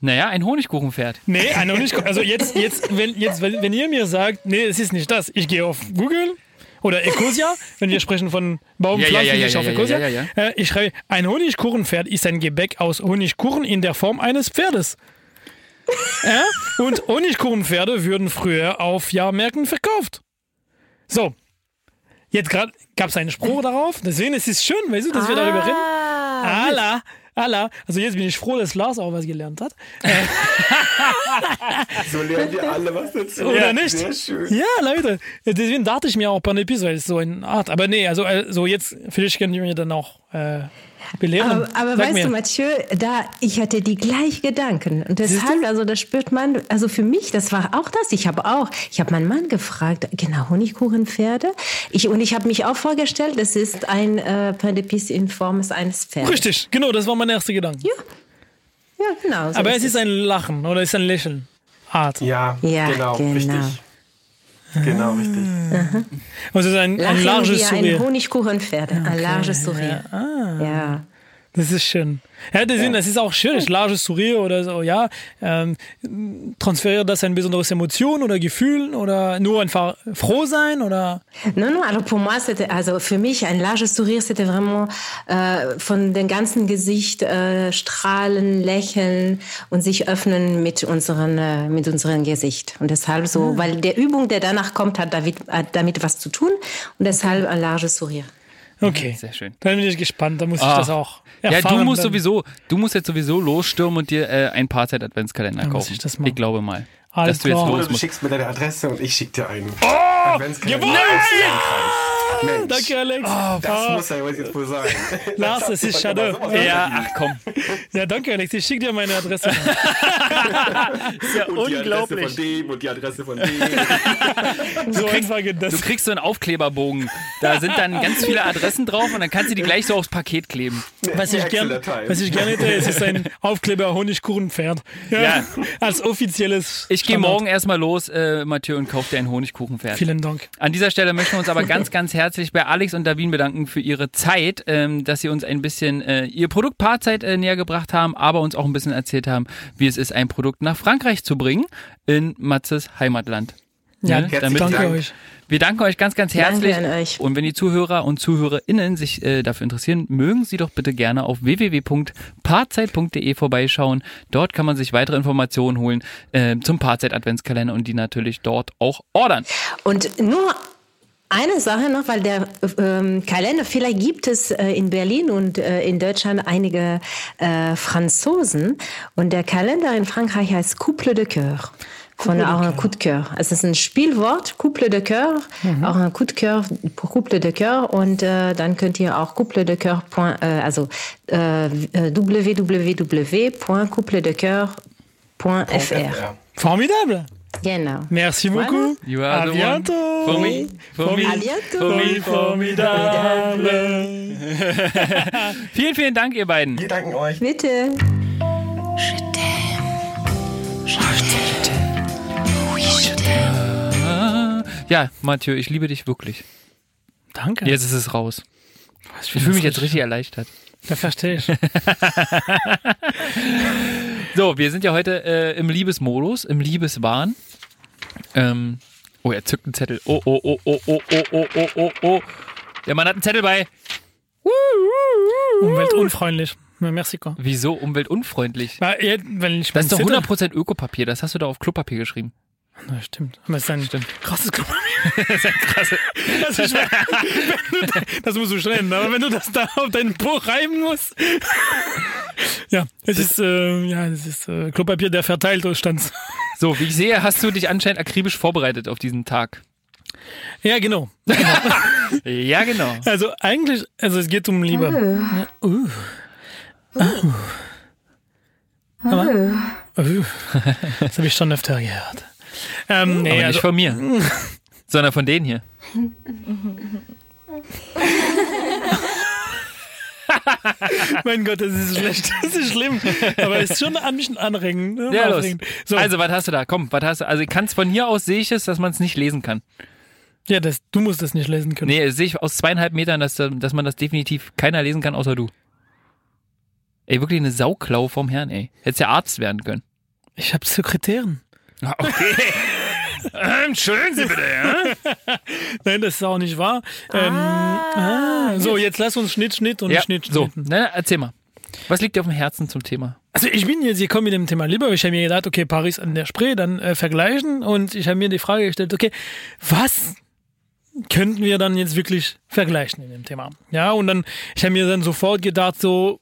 Speaker 2: Naja, ein Honigkuchenpferd.
Speaker 1: Nee, ein Honigkuchen, also jetzt, jetzt, wenn, jetzt, wenn wenn ihr mir sagt, nee, es ist nicht das, ich gehe auf Google oder Ecosia, wenn wir sprechen von Baumpflanzen,
Speaker 2: Ja, ja, ja, ja,
Speaker 1: ich auf
Speaker 2: ja, ja,
Speaker 1: Ecosia,
Speaker 2: ja, ja,
Speaker 1: Äh, ich schreibe, ein Honigkuchenpferd ist ein Gebäck aus Honigkuchen in der Form eines Pferdes. Ja? Und Honigkuchenpferde würden früher auf Jahrmärkten verkauft. So. Jetzt gerade gab es einen Spruch darauf. Deswegen ist es schön, weißt du, dass wir darüber reden. Ala, ala. Also jetzt bin ich froh, dass Lars auch was gelernt hat.
Speaker 5: So lernen wir alle was dazu.
Speaker 1: Oder nicht?
Speaker 5: Sehr schön.
Speaker 1: Ja, Leute. Deswegen dachte ich mir auch Panepis, weil es so eine Art. Aber nee, also, also jetzt, vielleicht können die mir dann auch äh, belehren.
Speaker 4: Aber, aber
Speaker 1: Sag
Speaker 4: weißt
Speaker 1: mir.
Speaker 4: du, Mathieu, da, ich hatte die gleichen Gedanken. Und deshalb, also da spürt man, also für mich, das war auch das. Ich habe auch, ich habe meinen Mann gefragt, genau, Honigkuchenpferde. Ich, und ich habe mich auch vorgestellt, es ist ein äh, Pain de Pisse in Form eines Pferdes.
Speaker 1: Richtig, genau, das war mein erster Gedanke.
Speaker 4: Ja, genau. so
Speaker 1: Aber es ist ein Lachen oder es ist ein Lächeln. Art.
Speaker 5: Ja,
Speaker 4: Ja,
Speaker 5: genau,
Speaker 4: genau.
Speaker 5: richtig. Genau, richtig.
Speaker 1: Und es ist ein, ein
Speaker 4: Lachen wie
Speaker 1: larges
Speaker 4: ein
Speaker 1: Sourire.
Speaker 4: Honigkuchenpferd, ein larges Sourire. Ja.
Speaker 1: Das ist schön. Ja, deswegen, das ist auch schwierig. Larges Sourire oder so, ja. Ähm, transferiert das ein besonderes Emotion oder Gefühl oder nur einfach froh sein oder.
Speaker 4: Non, non, alors pour moi, c'était, also für mich, ein larges Sourire, c'était vraiment äh, von dem ganzen Gesicht äh, strahlen, lächeln und sich öffnen mit, unseren, äh, mit unserem Gesicht. Und deshalb so, weil der Übung, der danach kommt, hat damit, hat damit was zu tun und deshalb ein larges Sourire.
Speaker 1: Okay.
Speaker 2: Sehr schön.
Speaker 1: Dann bin ich gespannt, da muss ich
Speaker 2: Ah.
Speaker 1: das auch.
Speaker 2: Ja,
Speaker 1: Erfahren
Speaker 2: du musst
Speaker 1: dann.
Speaker 2: sowieso, du musst jetzt sowieso losstürmen und dir äh, ein Paarzeit-Adventskalender
Speaker 1: muss
Speaker 2: kaufen.
Speaker 1: ich das machen.
Speaker 2: glaube mal,
Speaker 1: Alles
Speaker 2: dass du jetzt
Speaker 1: klar.
Speaker 2: los
Speaker 5: Oder du
Speaker 2: musst.
Speaker 5: schickst mir deine Adresse und ich schick dir einen. Oh!
Speaker 1: Jawohl! Ah,
Speaker 5: Mensch,
Speaker 1: Danke, Alex.
Speaker 5: das muss ja jetzt wohl sein.
Speaker 1: Lars, es ist schade.
Speaker 2: Ja, ach komm.
Speaker 1: Ja, danke, Alex. Ich schicke dir meine Adresse.
Speaker 2: Ja,
Speaker 5: Und die Adresse von dem und die Adresse von dem.
Speaker 1: so einfach geht das.
Speaker 2: Du kriegst so einen Aufkleberbogen. Da sind dann ganz viele Adressen drauf und dann kannst du die gleich so aufs Paket kleben.
Speaker 1: Was ich, gern,
Speaker 5: Excel-Datei.
Speaker 1: was ich gerne hätte, es ist ein Aufkleber Honigkuchenpferd. Ja,
Speaker 2: Ja.
Speaker 1: Als offizielles.
Speaker 2: Ich gehe
Speaker 1: Standard.
Speaker 2: morgen erstmal los, äh, Mathieu, und kauf dir ein Honigkuchenpferd.
Speaker 1: Vielen Dank.
Speaker 2: An dieser Stelle möchten wir uns aber ganz, ganz herzlich bei Alex und Davin bedanken für ihre Zeit, ähm, dass sie uns ein bisschen äh, ihr Produkt Paarzeit äh, näher gebracht haben, aber uns auch ein bisschen erzählt haben, wie es ist, ein Produkt nach Frankreich zu bringen, in Matzes Heimatland.
Speaker 1: Ja,
Speaker 2: Ne?
Speaker 5: herzlichen
Speaker 1: danke
Speaker 5: Dank.
Speaker 1: euch.
Speaker 2: Wir danken euch ganz, ganz
Speaker 4: Danke
Speaker 2: herzlich.
Speaker 4: an euch.
Speaker 2: Und wenn die Zuhörer und ZuhörerInnen sich äh, dafür interessieren, mögen sie doch bitte gerne auf www.paarzeit.de vorbeischauen. Dort kann man sich weitere Informationen holen äh, zum Paarzeit-Adventskalender und die natürlich dort auch ordern.
Speaker 4: Und nur eine Sache noch, weil der ähm, Kalender, vielleicht gibt es äh, in Berlin und äh, in Deutschland einige äh, Franzosen. Und der Kalender in Frankreich heißt Couple de Coeur. Von auch ein Coup de Coeur. Also es ist ein Spielwort, Couple de Coeur, auch ein Coup de Coeur, Couple de Coeur. Und äh, dann könnt ihr auch Couple de Coeur, point, äh, also äh, www.coupledecoeur.fr.
Speaker 1: Formidable.
Speaker 4: Genau.
Speaker 1: Merci beaucoup.
Speaker 2: You
Speaker 1: A
Speaker 2: are the one
Speaker 1: bientôt.
Speaker 2: for me, for me,
Speaker 4: A bientôt.
Speaker 2: for me, for me.
Speaker 1: Formidable.
Speaker 2: Vielen, vielen Dank, ihr beiden.
Speaker 5: Wir danken euch.
Speaker 4: Bitte.
Speaker 2: Ja, Mathieu, ich liebe dich wirklich.
Speaker 1: Danke.
Speaker 2: Jetzt ist es raus. Ich fühle mich jetzt richtig erleichtert.
Speaker 1: Da verstehe ich.
Speaker 2: So, wir sind ja heute äh, im Liebesmodus, im Liebeswahn. Ähm, oh, er zückt einen Zettel. Oh, oh, oh, oh, oh, oh, oh, oh, oh, oh. Der Mann hat einen Zettel bei.
Speaker 1: Umweltunfreundlich. Mexiko.
Speaker 2: Wieso umweltunfreundlich?
Speaker 1: Weil ihr- weil ich
Speaker 2: Das ist doch
Speaker 1: mein Zettel-
Speaker 2: 100% Ökopapier. Das hast du da auf Klopapier geschrieben.
Speaker 1: Na, stimmt. Aber es ist ein krasses Gefühl.
Speaker 2: Krasse.
Speaker 1: Das, ist schwer. Wenn du da- das musst du schneiden, aber wenn du das da auf dein Buch reiben musst. Ja, es ist, äh, ja, es ist äh, Klopapier der Verteiltzustand.
Speaker 2: So, wie ich sehe, hast du dich anscheinend akribisch vorbereitet auf diesen Tag.
Speaker 1: Ja, genau.
Speaker 2: Ja, genau.
Speaker 1: Also eigentlich, also es geht um Liebe. Ja, uh. Ah. Aber, uh. Das habe ich schon öfter gehört. Ähm, nee,
Speaker 2: Aber
Speaker 1: also,
Speaker 2: nicht von mir. Sondern von denen hier.
Speaker 1: mein Gott, das ist schlecht, das ist schlimm. Aber es ist schon ein bisschen anregend. ne?
Speaker 2: Ja, los.
Speaker 1: Aufregend. So, also,
Speaker 2: Also, was hast du da? Komm, was hast du? Also, ich kann's von hier aus sehe ich es, dass man es nicht lesen kann.
Speaker 1: ja das, du musst das nicht lesen können.
Speaker 2: Nee, das sehe ich aus zweieinhalb Metern, dass, da- dass man das definitiv keiner lesen kann, außer du. Ey, wirklich eine Sauklau vom Herrn, ey. Hättest ja Arzt werden können.
Speaker 1: Ich habe Sekretärin.
Speaker 2: Ah, Okay. Entschuldigen Sie bitte, ja?
Speaker 1: Nein, das ist auch nicht wahr. Ähm, ah, so, jetzt lass uns Schnitt, Schnitt und
Speaker 2: ja
Speaker 1: Schnitt.
Speaker 2: so,
Speaker 1: Schnitt.
Speaker 2: ne, erzähl mal. Was liegt dir auf dem Herzen zum Thema?
Speaker 1: Also ich bin jetzt gekommen mit dem Thema Liebe. Ich habe mir gedacht, okay, Paris an der Spree, dann äh, vergleichen. Und ich habe mir die Frage gestellt, okay, was könnten wir dann jetzt wirklich vergleichen in dem Thema? Ja, und dann, ich habe mir dann sofort gedacht, so,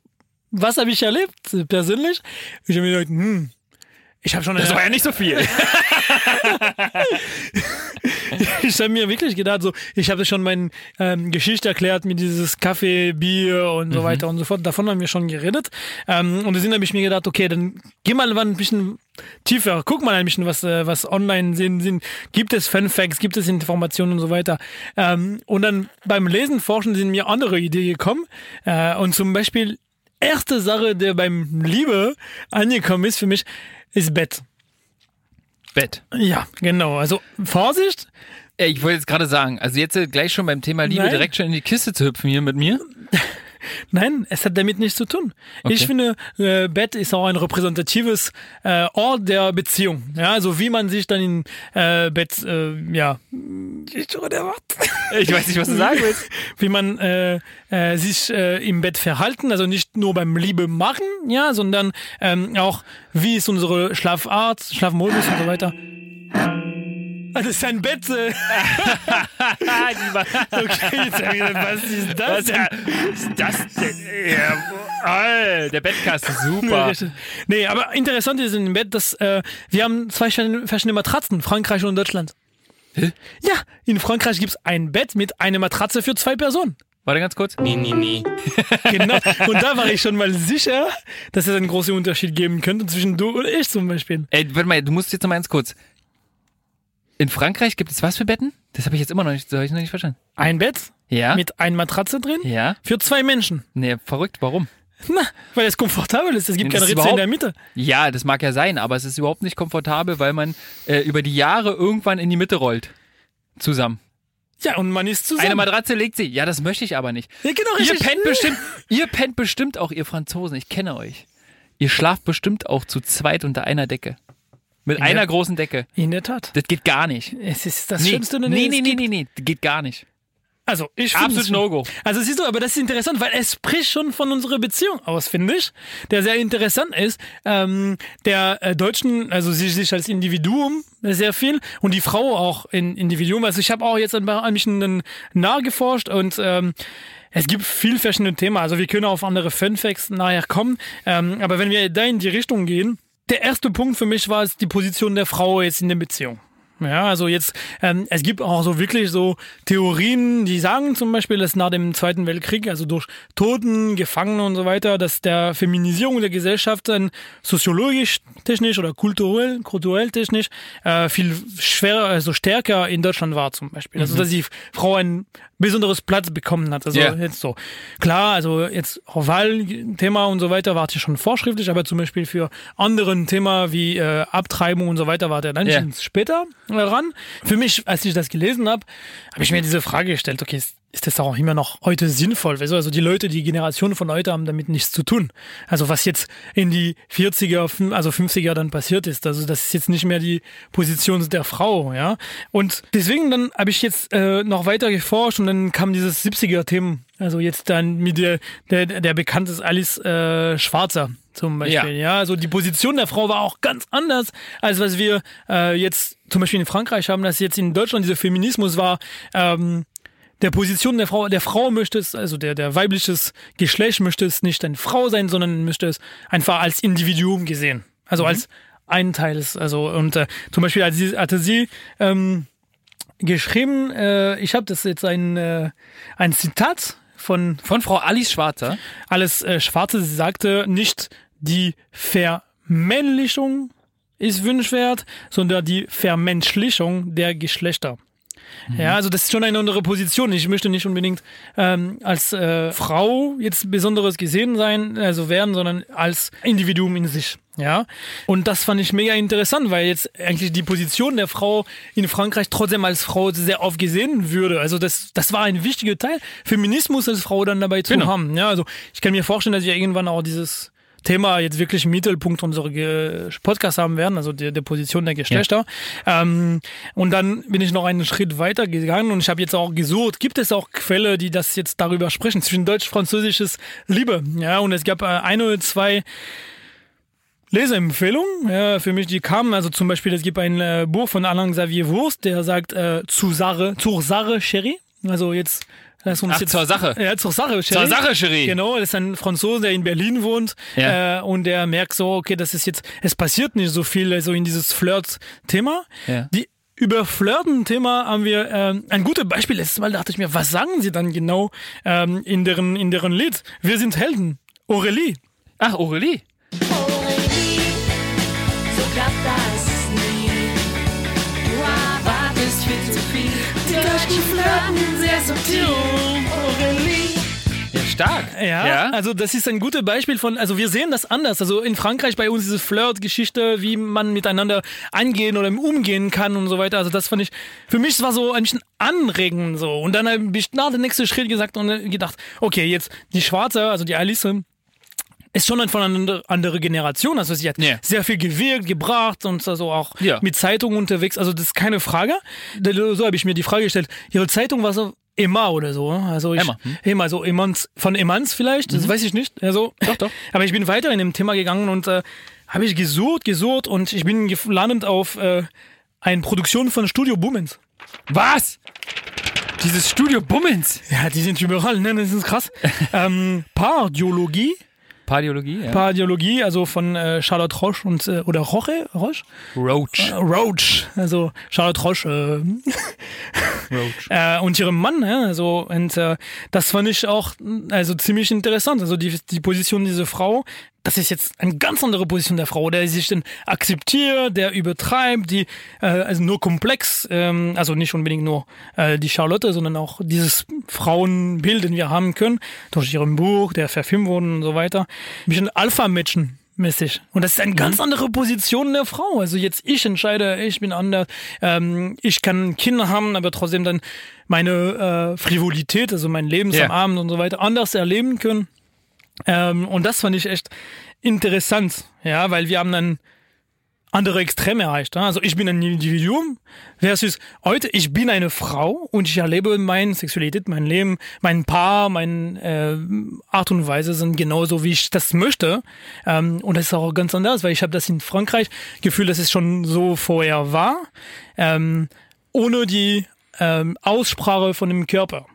Speaker 1: was habe ich erlebt äh, persönlich? Ich habe mir gedacht, hm, ich habe schon... eine-
Speaker 2: ja nicht so viel.
Speaker 1: ich habe mir wirklich gedacht, so, ich habe schon meine ähm, Geschichte erklärt mit dieses Kaffee, Bier und so weiter und so fort. Davon haben wir schon geredet. Ähm, und deswegen habe ich mir gedacht, okay, dann geh mal ein bisschen tiefer, guck mal ein bisschen, was, äh, was online sind, sind. Gibt es Fanfacts, gibt es Informationen und so weiter. Ähm, und dann beim Lesen, Forschen sind mir andere Ideen gekommen. Äh, und zum Beispiel, erste Sache, der beim Liebe angekommen ist für mich, ist Bett.
Speaker 2: Bett.
Speaker 1: Ja, genau. Also Vorsicht,
Speaker 2: Ey, ich wollte jetzt gerade sagen, also jetzt äh, gleich schon beim Thema Liebe
Speaker 1: Nein.
Speaker 2: direkt schon in die Kiste zu hüpfen hier mit mir.
Speaker 1: Nein, es hat damit nichts zu tun.
Speaker 2: Okay.
Speaker 1: Ich finde, äh, Bett ist auch ein repräsentatives äh, Ort der Beziehung. Ja, also wie man sich dann in äh, Bett, äh, ja, ich tue der Wort.
Speaker 2: Ich weiß nicht, was du sagen willst.
Speaker 1: wie man äh, äh, sich äh, im Bett verhalten, also nicht nur beim Liebe machen, ja, sondern ähm, auch wie ist unsere Schlafart, Schlafmodus und so weiter. Ah, Das ist ein Bett. äh. okay, jetzt hab ich gedacht, was ist das?
Speaker 2: Was
Speaker 1: denn?
Speaker 2: ist das denn? Ja, Alter, der Bettkasten, super.
Speaker 1: Richtig. Nee, aber interessant ist in dem Bett, dass äh, wir haben zwei verschiedene verschiedene Matratzen, Frankreich und Deutschland. Hä? Ja, in Frankreich gibt's ein Bett mit einer Matratze für zwei Personen.
Speaker 2: Warte ganz kurz. Nee, nee, nee.
Speaker 1: Genau. und da war ich schon mal sicher, dass es einen großen Unterschied geben könnte zwischen du und ich zum Beispiel.
Speaker 2: Ey, warte mal, du musst jetzt noch mal ganz kurz. In Frankreich gibt es was für Betten? Das habe ich jetzt immer noch nicht, das hab ich noch nicht verstanden.
Speaker 1: Ein Bett
Speaker 2: Ja?
Speaker 1: mit einer Matratze drin
Speaker 2: ja?
Speaker 1: für zwei Menschen.
Speaker 2: Nee, verrückt, warum?
Speaker 1: Na, weil es komfortabel ist. Es gibt
Speaker 2: Nee, das ist
Speaker 1: keine Ritze in
Speaker 2: überhaupt-
Speaker 1: der Mitte.
Speaker 2: Ja, das mag ja sein, aber es ist überhaupt nicht komfortabel, weil man äh, über die Jahre irgendwann in die Mitte rollt. Zusammen.
Speaker 1: Ja, und man ist zusammen.
Speaker 2: Eine Matratze legt sie. Ja, das möchte ich aber nicht.
Speaker 1: ja, genau,
Speaker 2: Ihr
Speaker 1: richtig.
Speaker 2: pennt bestimmt, ihr pennt bestimmt auch, ihr Franzosen. Ich kenne euch. Ihr schlaft bestimmt auch zu zweit unter einer Decke. Mit einer
Speaker 1: der-
Speaker 2: großen Decke.
Speaker 1: In der Tat.
Speaker 2: Das geht gar nicht.
Speaker 1: Es ist das
Speaker 2: Nee,
Speaker 1: Schlimmste.
Speaker 2: nee,
Speaker 1: es
Speaker 2: nee,
Speaker 1: gibt.
Speaker 2: nee, nee, nee, das geht gar nicht.
Speaker 1: Also, ich finde
Speaker 2: Absolut
Speaker 1: es-
Speaker 2: No-Go.
Speaker 1: Also siehst du, aber das ist interessant, weil es spricht schon von unserer Beziehung aus, finde ich, der sehr interessant ist. Ähm, der äh, Deutschen, also sie sich als Individuum sehr viel und die Frau auch in Individuum. Also ich habe auch jetzt ein paar- ein bisschen nahe geforscht und ähm, es gibt viel verschiedene Themen. Also wir können auf andere Funfacts nachher kommen, ähm, aber wenn wir da in die Richtung gehen, der erste Punkt für mich war es die Position der Frau jetzt in der Beziehung. Ja, also jetzt, ähm, es gibt auch so wirklich so Theorien, die sagen zum Beispiel, dass nach dem Zweiten Weltkrieg, also durch Toten, Gefangene und so weiter, dass der Feminisierung der Gesellschaft dann soziologisch, technisch oder kulturell, kulturell technisch äh, viel schwerer, also stärker in Deutschland war zum Beispiel. Also dass die Frau einen besonderes Platz bekommen hat. Also
Speaker 2: Ja.
Speaker 1: jetzt so. Klar, also jetzt auch Wahlthema und so weiter war es ja schon vorschriftlich, aber zum Beispiel für anderen Thema wie äh, Abtreibung und so weiter war der dann
Speaker 2: Ja.
Speaker 1: schon später ran. Für mich, als ich das gelesen habe, habe ich mir diese Frage gestellt, okay, ist, ist das auch immer noch heute sinnvoll? Weißt du? Also die Leute, die Generation von heute haben damit nichts zu tun. Also was jetzt in die 40er, fün- also 50er dann passiert ist, also das ist jetzt nicht mehr die Position der Frau, ja. Und deswegen dann habe ich jetzt äh, noch weiter geforscht und dann kam dieses 70er-Thema, also jetzt dann mit der, der, der bekannt ist Alice äh, Schwarzer zum Beispiel,
Speaker 2: Ja.
Speaker 1: ja. Ja, also die Position der Frau war auch ganz anders, als was wir äh, jetzt zum Beispiel in Frankreich haben, dass jetzt in Deutschland dieser Feminismus war. Ähm, der Position der Frau, der Frau möchte es, also der, der weibliches Geschlecht möchte es nicht eine Frau sein, sondern möchte es einfach als Individuum gesehen. Also als ein Teil ist, also und äh, zum Beispiel als sie, hatte sie ähm, geschrieben, äh, ich habe das jetzt ein, äh, ein Zitat von
Speaker 2: Von Frau Alice Schwarzer.
Speaker 1: alles äh, Schwarze sie sagte, nicht die Vermännlichung ist wünschwert, sondern die Vermenschlichung der Geschlechter. Ja, also das ist schon eine andere Position. Ich möchte nicht unbedingt ähm, als äh, Frau jetzt besonderes gesehen sein, also werden, sondern als Individuum in sich. Ja, und das fand ich mega interessant, weil jetzt eigentlich die Position der Frau in Frankreich trotzdem als Frau sehr oft gesehen würde. Also das, das war ein wichtiger Teil, Feminismus als Frau dann dabei zu
Speaker 2: Genau.
Speaker 1: haben. Ja, also ich kann mir vorstellen, dass wir irgendwann auch dieses Thema jetzt wirklich Mittelpunkt unseres Ge- Podcasts haben werden, also der, der Position der Geschlechter. Ähm, und dann bin ich noch einen Schritt weiter gegangen und ich habe jetzt auch gesucht, gibt es auch Quelle, die das jetzt darüber sprechen, zwischen deutsch-französisches Liebe. Ja, und es gab äh, ein oder zwei Leseempfehlung ja, für mich, die kamen. Also zum Beispiel, es gibt ein äh, Buch von Alain Xavier Wurst, der sagt äh, zur Sache, zur Sache, Chérie. Also jetzt lass uns
Speaker 2: Ach,
Speaker 1: jetzt
Speaker 2: zur Sache.
Speaker 1: Ja, zur Sache, Chérie.
Speaker 2: Zur Sache, Chérie.
Speaker 1: Genau, das ist ein Franzose, der in Berlin wohnt
Speaker 2: Ja.
Speaker 1: äh, und der merkt so, okay, das ist jetzt, es passiert nicht so viel äh, so in dieses Flirt-Thema.
Speaker 2: Ja.
Speaker 1: Die über Flirten-Thema haben wir ähm, ein gutes Beispiel. Letztes Mal dachte ich mir, was sagen sie dann genau ähm, in, deren, in deren Lied? Wir sind Helden. Aurelie.
Speaker 2: Ach, Aurelie.
Speaker 6: Aurelie, so klappt das nie. Du erwartest viel zu viel. Die Deutschen flirten sehr subtil. Aurelie.
Speaker 2: Ja, stark.
Speaker 1: Ja, also das ist ein gutes Beispiel von, also wir sehen das anders. Also in Frankreich bei uns diese Flirt-Geschichte, wie man miteinander angehen oder umgehen kann und so weiter. Also das fand ich, für mich war so ein bisschen anregend so. Und dann habe ich nach dem nächsten Schritt gesagt und gedacht, okay, jetzt die Schwarze, also die Alice, ist schon eine von einer andere Generation. Also sie hat
Speaker 2: Ja.
Speaker 1: sehr viel gewirkt, gebracht und also auch
Speaker 2: Ja.
Speaker 1: mit Zeitungen unterwegs. Also das ist keine Frage. So habe ich mir die Frage gestellt. Ihre Zeitung war so Emma oder so. Also ich,
Speaker 2: Emma, hm. Mhm.
Speaker 1: Emma, so Emanz, von Emanz vielleicht, das weiß ich nicht. Also,
Speaker 2: Doch, doch.
Speaker 1: Aber ich bin weiter in dem Thema gegangen und äh, habe ich gesucht, gesucht und ich bin gef- landend auf äh, eine Produktion von Studio Bummens.
Speaker 2: Was? Dieses Studio Bummens.
Speaker 1: Ja, die sind überall, ne? Das ist krass. ähm, Pardiologie.
Speaker 2: Pardiologie, ja.
Speaker 1: Pardiologie, also von äh, Charlotte Roche und äh, oder Roche, Roche?
Speaker 2: Roach.
Speaker 1: Roach, also Charlotte Roche
Speaker 2: Roach.
Speaker 1: äh, äh, und ihrem Mann, ja, also und äh, das fand ich auch mh, also ziemlich interessant, also die, die Position dieser Frau, das ist jetzt eine ganz andere Position der Frau, der sich dann akzeptiert, der übertreibt, die äh, also nur komplex, ähm, also nicht unbedingt nur äh, die Charlotte, sondern auch dieses Frauenbild, den wir haben können durch ihrem Buch, der verfilmt wurde und so weiter, ein bisschen Alpha-Mädchen mäßig. Und das ist eine ganz andere Position der Frau. Also jetzt ich entscheide, ich bin anders, ähm, ich kann Kinder haben, aber trotzdem dann meine äh, Frivolität, also mein Lebens
Speaker 2: Ja.
Speaker 1: am Abend und so weiter, anders erleben können. Ähm, und das fand ich echt interessant, ja, weil wir haben dann andere Extreme erreicht. ne? Also ich bin ein Individuum versus heute, ich bin eine Frau und ich erlebe meine Sexualität, mein Leben, mein Paar, meine äh, Art und Weise sind genauso, wie ich das möchte. Ähm, und das ist auch ganz anders, weil ich habe das in Frankreich Gefühl, dass es schon so vorher war, ähm, ohne die ähm, Aussprache von dem Körper.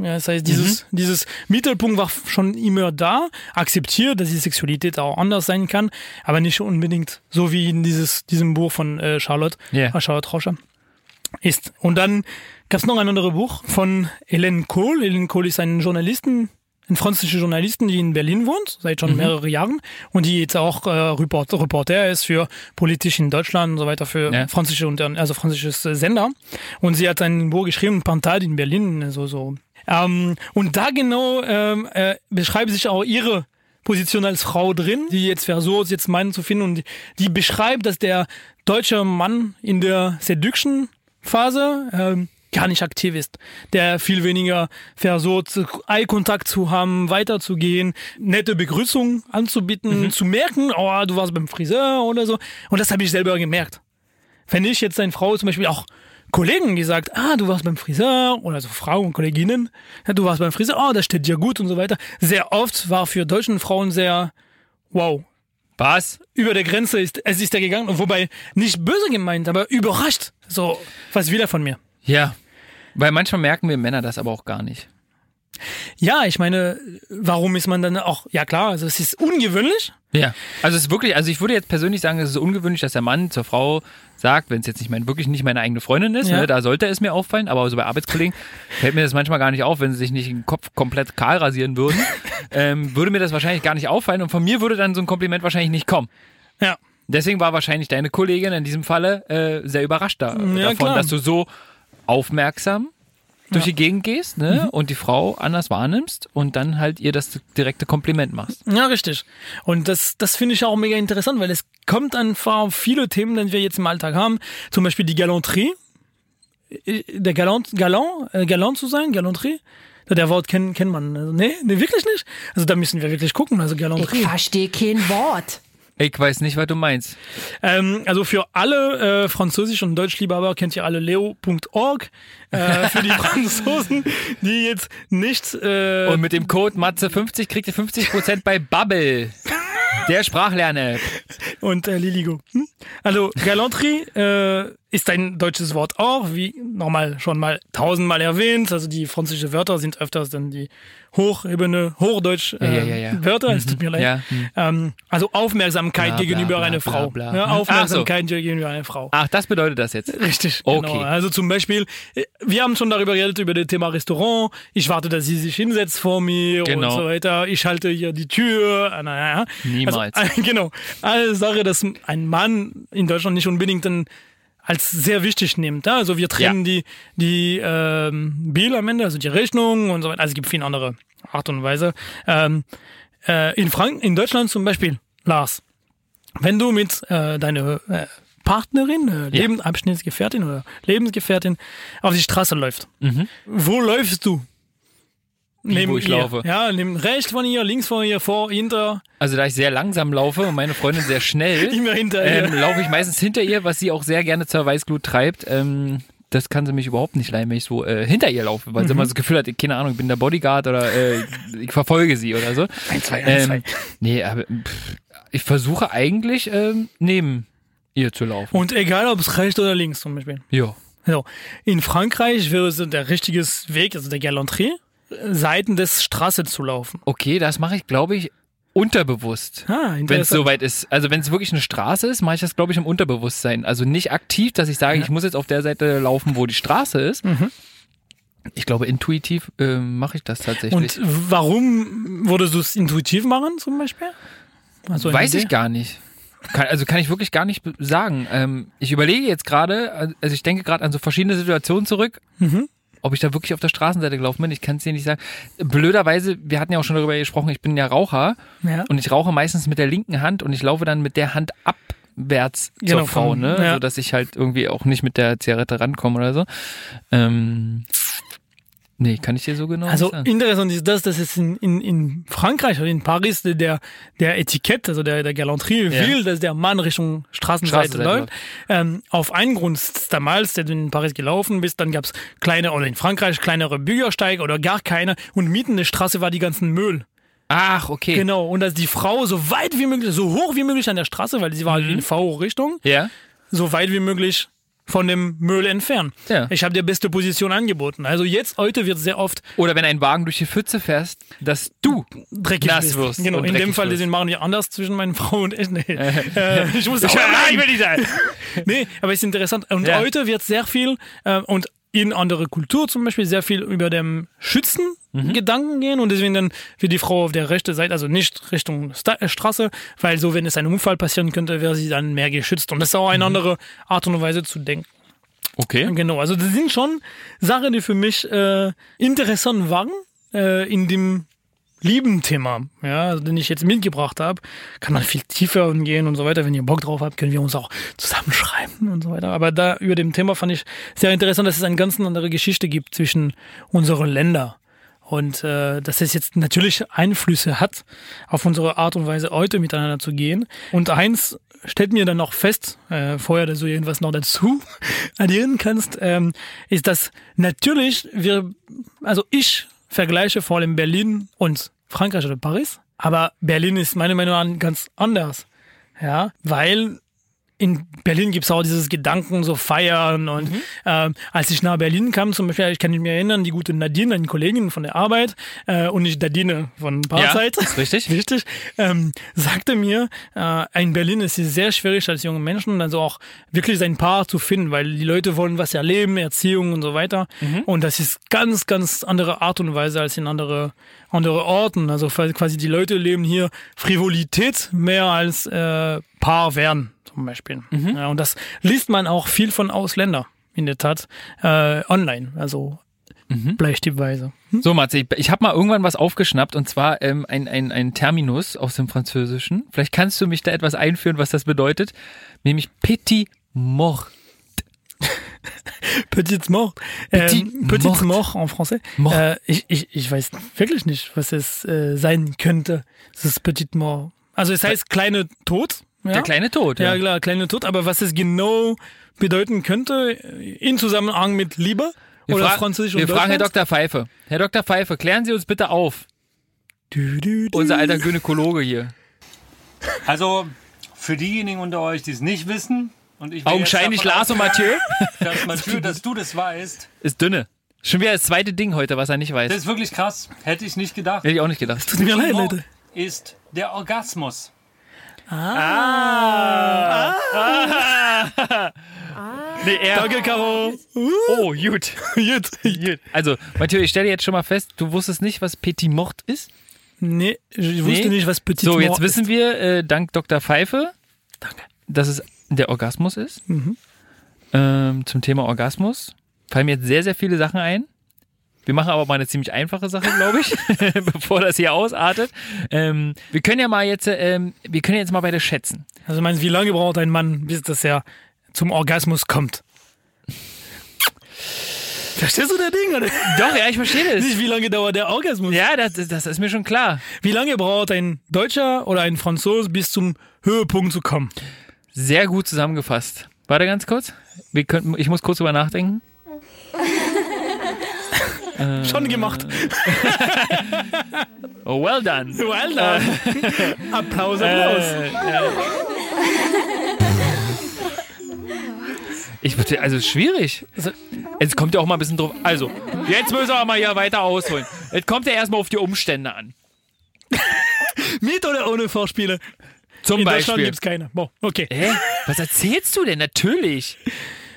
Speaker 1: Ja, das heißt, dieses, dieses Mittelpunkt war f- schon immer da, akzeptiert, dass die Sexualität auch anders sein kann, aber nicht unbedingt so wie in dieses, diesem Buch von äh, Charlotte,
Speaker 2: Ja.
Speaker 1: äh, Charlotte Rauscher ist. Und dann gab es noch ein anderes Buch von Hélène Kohl. Hélène Kohl ist ein Journalisten, ein französischer Journalisten, die in Berlin wohnt, seit schon mehrere Jahren und die jetzt auch äh, Report, Reporter ist für politisch in Deutschland und so weiter, für
Speaker 2: Ja.
Speaker 1: französische Unter also französisches äh, Sender. Und sie hat ein Buch geschrieben, Pantade in Berlin, also so. Ähm, und da genau ähm, äh, beschreibt sich auch ihre Position als Frau drin, die jetzt versucht, jetzt meinen zu finden und die, die beschreibt, dass der deutsche Mann in der Seduction Phase ähm, gar nicht aktiv ist, der viel weniger versucht, Eye-Kontakt zu haben, weiterzugehen, nette Begrüßung anzubieten, zu merken, oh, du warst beim Friseur oder so. Und das habe ich selber gemerkt. Wenn ich jetzt eine Frau zum Beispiel auch Kollegen, die sagt, ah, du warst beim Friseur oder so Frauen und Kolleginnen, ja, du warst beim Friseur, oh, das steht dir gut und so weiter. Sehr oft war für deutschen Frauen sehr, wow,
Speaker 2: Was?
Speaker 1: über der Grenze ist, es ist er gegangen, wobei nicht böse gemeint, aber überrascht. So, was wieder von mir.
Speaker 2: Ja. Weil manchmal merken wir Männer das aber auch gar nicht.
Speaker 1: Ja, ich meine, warum ist man dann auch, ja klar, also es ist ungewöhnlich.
Speaker 2: Ja. Also es ist wirklich, also ich würde jetzt persönlich sagen, es ist ungewöhnlich, dass der Mann zur Frau sagt, wenn es jetzt nicht mein, wirklich nicht meine eigene Freundin ist,
Speaker 1: Ja.
Speaker 2: ne, da sollte es mir auffallen, aber so bei Arbeitskollegen fällt mir das manchmal gar nicht auf, wenn sie sich nicht den Kopf komplett kahl rasieren würden, ähm, würde mir das wahrscheinlich gar nicht auffallen und von mir würde dann so ein Kompliment wahrscheinlich nicht kommen.
Speaker 1: Ja.
Speaker 2: Deswegen war wahrscheinlich deine Kollegin in diesem Falle äh, sehr überrascht da, davon,
Speaker 1: klar.
Speaker 2: dass du so aufmerksam durch die Gegend gehst ne?
Speaker 1: Mhm.
Speaker 2: und die Frau anders wahrnimmst und dann halt ihr das direkte Kompliment machst.
Speaker 1: Ja, richtig. Und das, das finde ich auch mega interessant, weil es kommt einfach auf viele Themen, die wir jetzt im Alltag haben. Zum Beispiel die Galanterie. Der Galant, Galant, äh, Galant zu äh, sein, Galanterie. Der Wort kennt, kennt man. Also, nee, nee, wirklich nicht. Also da müssen wir wirklich gucken. Also
Speaker 7: Ich
Speaker 1: Galanterie.
Speaker 7: verstehe kein Wort.
Speaker 2: Ich weiß nicht, was du meinst.
Speaker 1: Ähm, also für alle äh, Französisch- und Deutschliebhaber kennt ihr alle leo.org. Äh, für die Franzosen, die jetzt nicht... Äh,
Speaker 2: Und mit dem Code Matze50 kriegt ihr 50% bei Bubble. Der Sprachlerne.
Speaker 1: und äh, Liligo. Hm? Also Galanterie äh, ist ein deutsches Wort auch, wie normal schon mal tausendmal erwähnt. Also die französischen Wörter sind öfters dann die Hochebene, Hochdeutsch äh,
Speaker 2: Ja, ja, ja, ja.
Speaker 1: Wörter. Es tut mir leid.
Speaker 2: Ja, hm.
Speaker 1: Ähm, also Aufmerksamkeit
Speaker 2: Bla, bla,
Speaker 1: gegenüber
Speaker 2: bla,
Speaker 1: einer
Speaker 2: bla,
Speaker 1: Frau.
Speaker 2: bla. Mhm.
Speaker 1: Ja,
Speaker 2: Ach so.
Speaker 1: Aufmerksamkeit gegenüber einer Frau.
Speaker 2: Ach, das bedeutet das jetzt.
Speaker 1: Richtig.
Speaker 2: Okay.
Speaker 1: Genau. Also zum Beispiel, äh, wir haben schon darüber geredet, über das Thema Restaurant. Ich warte, dass sie sich hinsetzt vor mir
Speaker 2: Genau.
Speaker 1: und so weiter. Ich halte hier die Tür. Ah, na, ja.
Speaker 2: Niemals.
Speaker 1: Also, äh, genau. Alle Sache, dass ein Mann in Deutschland nicht unbedingt ein, als sehr wichtig nimmt. ja. Also wir trennen die, die ähm, Bill am Ende, also die Rechnung und so weiter. Also es gibt viele andere Art und Weise. Ähm, äh, in, Frank in Deutschland zum Beispiel, Lars, wenn du mit äh, deiner äh, Partnerin, äh,
Speaker 2: Ja.
Speaker 1: Lebensabschnittsgefährtin oder Lebensgefährtin auf die Straße läuft, wo läufst du?
Speaker 2: Mhm. wo ich
Speaker 1: ihr.
Speaker 2: laufe.
Speaker 1: Ja, neben rechts von ihr, links von ihr, vor, hinter,
Speaker 2: Also da ich sehr langsam laufe und meine Freundin sehr schnell,
Speaker 1: immer hinter ihr.
Speaker 2: ähm, laufe ich meistens hinter ihr, was sie auch sehr gerne zur Weißglut treibt. Ähm, das kann sie mich überhaupt nicht leiden, wenn ich so äh, hinter ihr laufe,
Speaker 1: Mhm.
Speaker 2: weil sie immer das Gefühl hat, keine Ahnung, ich bin der Bodyguard oder äh, ich verfolge sie oder so. Ein,
Speaker 1: zwei, ein,
Speaker 2: ähm,
Speaker 1: zwei.
Speaker 2: Nee, aber pff, ich versuche eigentlich ähm, neben ihr zu laufen.
Speaker 1: Und egal, ob es rechts oder links zum Beispiel.
Speaker 2: Ja.
Speaker 1: So. In Frankreich wäre es der richtige Weg, also der Galanterie, Seiten des Straße zu laufen.
Speaker 2: Okay, das mache ich, glaube ich, unterbewusst.
Speaker 1: Ah,
Speaker 2: Wenn es
Speaker 1: interessant.
Speaker 2: soweit ist. Also wenn es wirklich eine Straße ist, mache ich das, glaube ich, im Unterbewusstsein. Also nicht aktiv, dass ich sage, ich muss jetzt auf der Seite laufen, wo die Straße ist. Ich glaube, intuitiv äh, mache ich das tatsächlich.
Speaker 1: Und warum würdest du es intuitiv machen zum Beispiel? Also eine
Speaker 2: Weiß
Speaker 1: Idee?
Speaker 2: ich gar nicht. Kann, also kann ich wirklich gar nicht be- sagen. Ähm, ich überlege jetzt gerade, also ich denke gerade an so verschiedene Situationen zurück,
Speaker 1: Mhm.
Speaker 2: ob ich da wirklich auf der Straßenseite gelaufen bin. Ich kann es dir nicht sagen. Blöderweise, wir hatten ja auch schon darüber gesprochen, ich bin ja Raucher
Speaker 1: Ja.
Speaker 2: und ich rauche meistens mit der linken Hand und ich laufe dann mit der Hand abwärts
Speaker 1: Genau,
Speaker 2: zur Frau,
Speaker 1: von-
Speaker 2: ne?
Speaker 1: ja.
Speaker 2: So dass ich halt irgendwie auch nicht mit der Zigarette rankomme oder so. Ähm, nee, kann ich dir so genau
Speaker 1: Also
Speaker 2: nicht sagen.
Speaker 1: interessant ist das, dass es in, in, in Frankreich oder in Paris der, der Etikett, also der, der Galanterie
Speaker 2: Ja.
Speaker 1: will, dass der Mann Richtung Straßenseite
Speaker 2: Straßenseite
Speaker 1: läuft. Ähm, auf einen Grund damals, der du in Paris gelaufen bist, dann gab es kleine, oder in Frankreich kleinere Bürgersteige oder gar keine und mitten in der Straße war die ganzen Müll.
Speaker 2: Ach, okay.
Speaker 1: Genau, und dass die Frau so weit wie möglich, so hoch wie möglich an der Straße, weil sie war
Speaker 2: Mhm.
Speaker 1: in V-Richtung,
Speaker 2: Ja.
Speaker 1: so weit wie möglich von dem Müll entfernen.
Speaker 2: Ja.
Speaker 1: Ich habe dir beste Position angeboten. Also jetzt, heute wird sehr oft
Speaker 2: Oder wenn ein Wagen durch die Pfütze fährst, dass du
Speaker 1: dreckig
Speaker 2: Nass
Speaker 1: bist.
Speaker 2: wirst
Speaker 1: Genau,
Speaker 2: und
Speaker 1: in dem
Speaker 2: dreckig
Speaker 1: Fall,
Speaker 2: wirst.
Speaker 1: deswegen machen wir anders zwischen meinen Frau und ich. Nee. äh, ich muss auch
Speaker 2: will nicht sein.
Speaker 1: Nee, aber ist interessant. Und
Speaker 2: Ja.
Speaker 1: heute wird sehr viel äh, und in andere Kultur zum Beispiel sehr viel über dem Schützen
Speaker 2: Mhm.
Speaker 1: Gedanken gehen und deswegen dann wird die Frau auf der rechten Seite, also nicht Richtung Sta äh, Straße, weil so, wenn es ein Unfall passieren könnte, wäre sie dann mehr geschützt. Und das ist auch
Speaker 2: Mhm.
Speaker 1: eine andere Art und Weise zu denken.
Speaker 2: Okay.
Speaker 1: Genau, also das sind schon Sachen, die für mich äh, interessant waren äh, in dem Lieben-Thema, ja, also den ich jetzt mitgebracht habe. Kann man viel tiefer gehen und so weiter. Wenn ihr Bock drauf habt, können wir uns auch zusammenschreiben und so weiter. Aber da über dem Thema fand ich sehr interessant, dass es eine ganz andere Geschichte gibt zwischen unseren Ländern. Und äh, dass es jetzt natürlich Einflüsse hat auf unsere Art und Weise, heute miteinander zu gehen. Und eins stellt mir dann noch fest, äh, vorher, dass du irgendwas noch dazu addieren kannst, ähm, ist, dass natürlich wir, also ich vergleiche vor allem Berlin und Frankreich oder Paris, aber Berlin ist meiner Meinung nach ganz anders. Ja, weil in Berlin gibt's auch dieses Gedanken, so feiern. Und ähm, als ich nach Berlin kam, zum Beispiel, ich kann mich erinnern, die gute Nadine, eine Kollegin von der Arbeit, äh, und nicht Nadine von Paarzeit.
Speaker 2: ist richtig.
Speaker 1: richtig. Ähm, sagte mir, äh, in Berlin ist es sehr schwierig als junge Menschen, also auch wirklich sein Paar zu finden, weil die Leute wollen was erleben, Erziehung und so weiter. Und das ist ganz, ganz andere Art und Weise als in andere, andere Orten. Also quasi die Leute leben hier Frivolität mehr als äh, Paar werden zum Beispiel. Ja, und das liest man auch viel von Ausländern in der Tat äh, online, also Bleistiftweise.
Speaker 2: So, Matze, ich, ich habe mal irgendwann was aufgeschnappt und zwar ähm, ein, ein, ein Terminus aus dem Französischen. Vielleicht kannst du mich da etwas einführen, was das bedeutet. Nämlich Petit Mort.
Speaker 1: Petite mort. Ähm,
Speaker 2: Petite
Speaker 1: Petite
Speaker 2: Mort.
Speaker 1: mort en français.
Speaker 2: Mort.
Speaker 1: Äh, ich, ich, ich weiß wirklich nicht, was es äh, sein könnte. Es ist Petite mort. Also es heißt kleine Tod. Ja?
Speaker 2: Äh. Der kleine Tod.
Speaker 1: Ja,
Speaker 2: Ja.
Speaker 1: klar, kleine Tod, aber was es genau bedeuten könnte, in Zusammenhang mit Liebe
Speaker 2: Wir,
Speaker 1: oder
Speaker 2: fragen-
Speaker 1: Französisch
Speaker 2: wir
Speaker 1: und
Speaker 2: fragen Herr
Speaker 1: Deutschland?
Speaker 2: Dr. Pfeife. Herr Dr. Pfeife, klären Sie uns bitte auf.
Speaker 1: Du, du, du.
Speaker 2: Unser alter Gynäkologe hier.
Speaker 7: Also für diejenigen unter euch, die es nicht wissen, und ich will
Speaker 2: Augenscheinlich
Speaker 7: jetzt davon
Speaker 2: Lars und Mathieu.
Speaker 7: ausgehen, dass, Mathieu, dass du das weißt,
Speaker 2: Ist dünne. Schon wieder das zweite Ding heute, was er nicht weiß.
Speaker 7: das ist wirklich krass. Hätte ich nicht gedacht.
Speaker 2: Hätte ich auch nicht gedacht.
Speaker 1: Tut mir leid,
Speaker 7: Humor
Speaker 1: Leute.
Speaker 7: Ist der Orgasmus.
Speaker 2: Nee, er.
Speaker 1: Danke, Caro.
Speaker 2: Oh, gut.
Speaker 1: Gut.
Speaker 2: Gut. Also, Mathieu, ich stelle jetzt schon mal fest, du wusstest nicht, was Petit Mort ist.
Speaker 1: Nee, ich wusste
Speaker 2: Nee.
Speaker 1: nicht, was Petit
Speaker 2: So,
Speaker 1: Mort
Speaker 2: jetzt wissen wir, äh, dank Dr. Pfeife, dass es der Orgasmus ist.
Speaker 1: Mhm.
Speaker 2: Ähm, zum Thema Orgasmus fallen mir jetzt sehr, sehr viele Sachen ein. Wir machen aber mal eine ziemlich einfache Sache, glaube ich, bevor das hier ausartet. Ähm, wir können ja mal jetzt, ähm, wir können jetzt mal beide schätzen.
Speaker 1: ist. Also meinst du, wie lange braucht ein Mann, bis das er zum Orgasmus kommt? Verstehst du das Ding? Oder?
Speaker 2: Doch, ja, ich verstehe das.
Speaker 1: Nicht, wie lange dauert der Orgasmus?
Speaker 2: Ja, das, das ist mir schon klar.
Speaker 1: Wie lange braucht ein Deutscher oder ein Franzose, bis zum Höhepunkt zu kommen?
Speaker 2: Sehr gut zusammengefasst. Warte ganz kurz. Wir könnten, ich muss kurz drüber nachdenken.
Speaker 1: Äh. Schon gemacht.
Speaker 2: Oh, well done. Äh,
Speaker 1: Well done. Applaus, Applaus.
Speaker 2: Ich würde, also schwierig. Also, Es kommt ja auch mal ein bisschen drauf. Also, jetzt müssen wir mal hier weiter ausholen. Es kommt ja erstmal auf die Umstände an.
Speaker 1: Mit oder ohne Vorspiele?
Speaker 2: Zum
Speaker 1: In Deutschland
Speaker 2: Beispiel. Äh,
Speaker 1: gibt's keine. Wow, okay.
Speaker 2: Hä? Was erzählst du denn? Natürlich.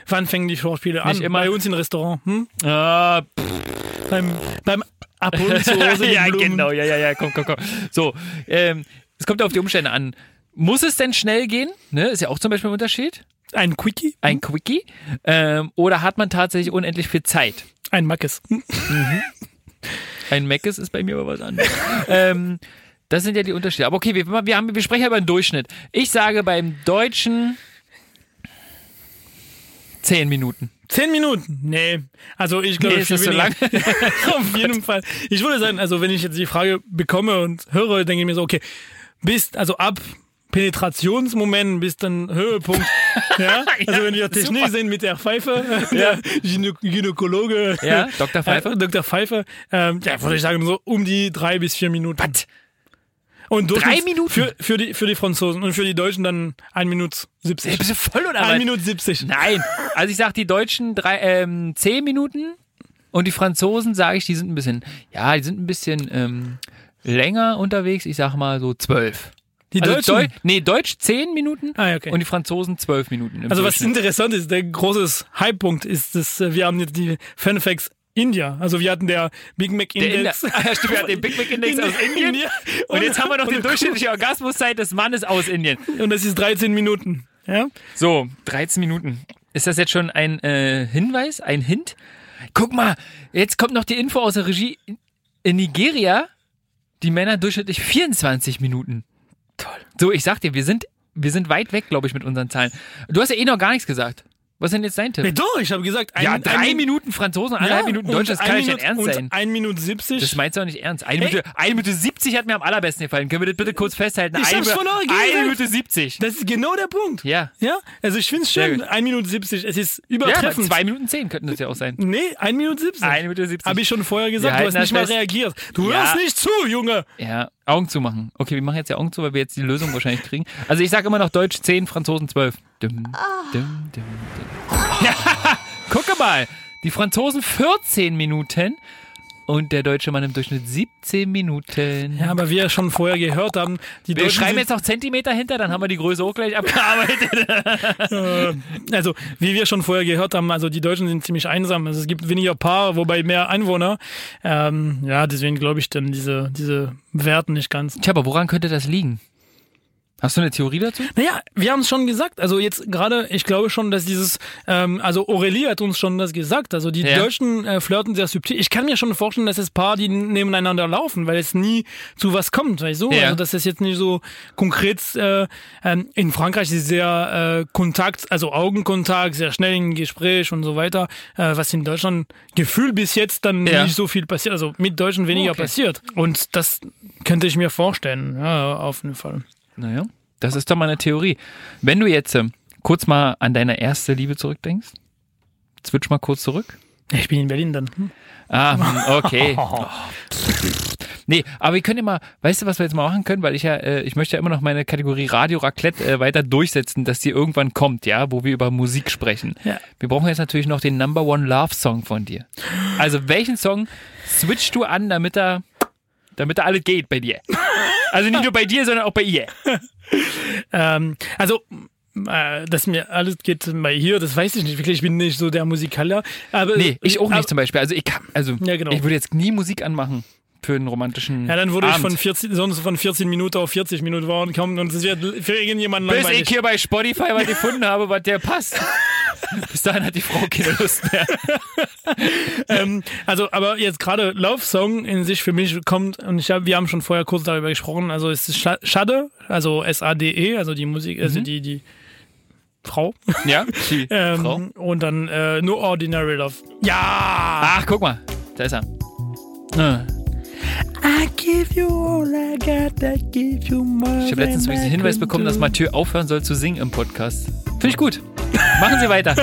Speaker 1: Wann fangen die Vorspiele an?
Speaker 2: Nicht immer.
Speaker 1: Bei uns im Restaurant. Hm?
Speaker 2: Ah, pff.
Speaker 1: Beim, beim Abholen zu Hause. die
Speaker 2: ja,
Speaker 1: Blumen.
Speaker 2: genau. Ja, ja, ja. Komm, komm, komm. So, ähm, es kommt ja auf die Umstände an. Muss es denn schnell gehen? Ne? Ist ja auch zum Beispiel ein Unterschied.
Speaker 1: Ein Quickie,
Speaker 2: Ein Quickie. Ähm, oder hat man tatsächlich unendlich viel Zeit?
Speaker 1: ein Mackes. Hm?
Speaker 2: Ein Meckes ist bei mir aber was anderes. ähm, das sind ja die Unterschiede. Aber okay, wir, wir, haben, wir sprechen ja über den Durchschnitt. Ich sage beim Deutschen 10 Minuten.
Speaker 1: Zehn Minuten? Nee. Also ich glaube,
Speaker 2: Nee, ist
Speaker 1: viel
Speaker 2: das so
Speaker 1: weniger.
Speaker 2: lang?
Speaker 1: Auf jeden Fall. Ich würde sagen, also wenn ich jetzt die Frage bekomme und höre, denke ich mir so, okay, bis, also ab Penetrationsmoment bis dann Höhepunkt. Ja? Also wenn wir Technik sehen mit der Pfeife, der Gynä Gynäkologe,
Speaker 2: Ja, Dr. Pfeife?
Speaker 1: äh, Dr. Pfeife, ähm, ja, würde ich sagen, so um die drei bis vier Minuten. Was? Und durchschnitts-
Speaker 2: Minuten?
Speaker 1: Für, für, die, für die Franzosen und für die Deutschen dann 1 Minute 70.
Speaker 2: Bist du voll oder
Speaker 1: 1
Speaker 2: was?
Speaker 1: Minute 70.
Speaker 2: Nein. Also ich sage die Deutschen drei, ähm, 10 Minuten und die Franzosen, sage ich, die sind ein bisschen, ja, die sind ein bisschen ähm, länger unterwegs. Ich sage mal so 12.
Speaker 1: Die
Speaker 2: also
Speaker 1: Deutschen?
Speaker 2: Deu nee, Deutsch 10 Minuten
Speaker 1: Ah, okay.
Speaker 2: und die Franzosen 12 Minuten. Im
Speaker 1: Also was
Speaker 2: Durchschnitt.
Speaker 1: interessant ist, der große Hypepunkt ist, dass äh, wir haben jetzt die Fanfacts India. Also wir hatten der Big Mac
Speaker 2: der
Speaker 1: Index.
Speaker 2: Inder- Ah, ja, stimmt, wir hatten den Big Mac Index aus Indien. Und jetzt haben wir noch die
Speaker 1: und,
Speaker 2: durchschnittliche Orgasmuszeit des Mannes aus Indien.
Speaker 1: Und das ist 13 Minuten. Ja?
Speaker 2: So, 13 Minuten. Ist das jetzt schon ein äh, Hinweis, ein Hint? Guck mal, jetzt kommt noch die Info aus der Regie. In- In Nigeria, die Männer durchschnittlich 24 Minuten. Toll. So, ich sag dir, wir sind, wir sind weit weg, glaube ich, mit unseren Zahlen. Du hast ja eh noch gar nichts gesagt. Was ist denn jetzt dein
Speaker 1: Nee,
Speaker 2: Tipp?
Speaker 1: doch, ich habe gesagt, ein,
Speaker 2: ja, drei
Speaker 1: ein,
Speaker 2: Minuten Franzosen,
Speaker 1: ja,
Speaker 2: eineinhalb Minuten
Speaker 1: und
Speaker 2: Deutsche, das kann
Speaker 1: ein
Speaker 2: nicht dein
Speaker 1: Minute-
Speaker 2: Ernst
Speaker 1: und
Speaker 2: sein.
Speaker 1: 1 Minute
Speaker 2: Das
Speaker 1: 70.
Speaker 2: meinst du auch nicht ernst. Eine Minute, eine Minute 70 hat mir am allerbesten gefallen. Können wir das bitte kurz festhalten?
Speaker 1: Ich
Speaker 2: eine,
Speaker 1: hab's von euch
Speaker 2: eine
Speaker 1: gesagt.
Speaker 2: Minute 70.
Speaker 1: Das ist genau der Punkt.
Speaker 2: Ja.
Speaker 1: Ja, also ich finde es
Speaker 2: Sehr
Speaker 1: schön,
Speaker 2: gut.
Speaker 1: 1 Minute 70. Es ist
Speaker 2: Ja, aber
Speaker 1: übertreffend.
Speaker 2: zwei Minuten zehn könnten das ja auch sein.
Speaker 1: nee, 1 Minute 70.
Speaker 2: Eine Minute 70.
Speaker 1: Habe ich schon vorher
Speaker 2: Wir
Speaker 1: gesagt, du
Speaker 2: halten
Speaker 1: hast
Speaker 2: das
Speaker 1: nicht mal
Speaker 2: fest.
Speaker 1: reagiert. Du
Speaker 2: Ja.
Speaker 1: hörst nicht zu, Junge.
Speaker 2: Ja, Augen zu machen. Okay, wir machen jetzt ja Augen zu, weil wir jetzt die Lösung wahrscheinlich kriegen. Also ich sage immer noch Deutsch 10, Franzosen 12. Dum, dum, dum, dum. Gucke mal, die Franzosen 14 Minuten und der deutsche Mann im Durchschnitt 17 Minuten.
Speaker 1: Ja, aber wie wir schon vorher gehört haben, die
Speaker 2: wir
Speaker 1: Deutschen
Speaker 2: schreiben
Speaker 1: sind-
Speaker 2: jetzt noch Zentimeter hinter, dann haben wir die Größe auch gleich abgearbeitet.
Speaker 1: Also, wie wir schon vorher gehört haben, also die Deutschen sind ziemlich einsam. Also es gibt weniger Paare, wobei mehr Einwohner. Ähm, ja, deswegen glaube ich dann diese, diese Werten nicht ganz.
Speaker 2: Tja, aber woran könnte das liegen? Hast du eine Theorie dazu?
Speaker 1: Naja, wir haben es schon gesagt. Also jetzt gerade, ich glaube schon, dass dieses, ähm, also Aurelie hat uns schon das gesagt. Also die
Speaker 2: Ja.
Speaker 1: Deutschen äh, flirten sehr subtil. Ich kann mir schon vorstellen, dass es Paar, die nebeneinander laufen, weil es nie zu was kommt, weißt du?
Speaker 2: Ja.
Speaker 1: Also das ist jetzt nicht so konkret. Äh, ähm, in Frankreich ist sehr äh, Kontakt, also Augenkontakt, sehr schnell im Gespräch und so weiter. Äh, was in Deutschland gefühlt bis jetzt dann
Speaker 2: Ja.
Speaker 1: nicht so viel passiert. Also mit Deutschen weniger
Speaker 2: Okay.
Speaker 1: passiert. Und das könnte ich mir vorstellen, ja, auf jeden Fall.
Speaker 2: Naja, das ist doch mal eine Theorie. Wenn du jetzt ähm, kurz mal an deine erste Liebe zurückdenkst, switch mal kurz zurück.
Speaker 1: Ich bin in Berlin dann. Hm.
Speaker 2: Ah, okay. Oh. Nee, aber wir können ja mal, weißt du, was wir jetzt mal machen können, weil ich ja, äh, ich möchte ja immer noch meine Kategorie Radio Raclette äh, weiter durchsetzen, dass die irgendwann kommt, ja, wo wir über Musik sprechen.
Speaker 1: Ja.
Speaker 2: Wir brauchen jetzt natürlich noch den Number One Love Song von dir. Also welchen Song switchst du an, damit er, damit er alles geht bei dir? Also nicht nur bei dir, sondern auch bei ihr.
Speaker 1: Ähm, also, äh, dass mir alles geht bei hier, das weiß ich nicht wirklich. Ich bin nicht so der Musikaler. Aber,
Speaker 2: Nee, ich auch
Speaker 1: aber-
Speaker 2: nicht zum Beispiel. Also ich kann, also
Speaker 1: Ja, genau.
Speaker 2: ich würde jetzt nie Musik anmachen für einen romantischen.
Speaker 1: Ja, dann wurde ich
Speaker 2: Abend.
Speaker 1: von 14, sonst von 14 Minuten auf 40 Minuten warten kommen und es wird für irgendjemanden
Speaker 2: Bis ich
Speaker 1: langweilig.
Speaker 2: hier bei Spotify was gefunden habe, was der passt. Bis dahin hat die Frau keine Lust mehr.
Speaker 1: Ähm, also, aber jetzt gerade Love Song in sich für mich kommt, und ich hab, wir haben schon vorher kurz darüber gesprochen, also es ist Scha- Schade, also S-A-D-E, also die Musik, also
Speaker 2: Mhm.
Speaker 1: die, die Frau.
Speaker 2: Ja, die
Speaker 1: Ähm,
Speaker 2: Frau.
Speaker 1: Und dann äh, No Ordinary Love. Ja!
Speaker 2: ah. Ach, guck mal, da ist er. Ah.
Speaker 1: I give you all I got, I give you more
Speaker 2: Ich habe letztens
Speaker 1: than
Speaker 2: übrigens
Speaker 1: I
Speaker 2: den Hinweis
Speaker 1: can
Speaker 2: bekommen, dass
Speaker 1: do.
Speaker 2: Mathieu aufhören soll zu singen im Podcast. Finde ich gut. Machen Sie weiter.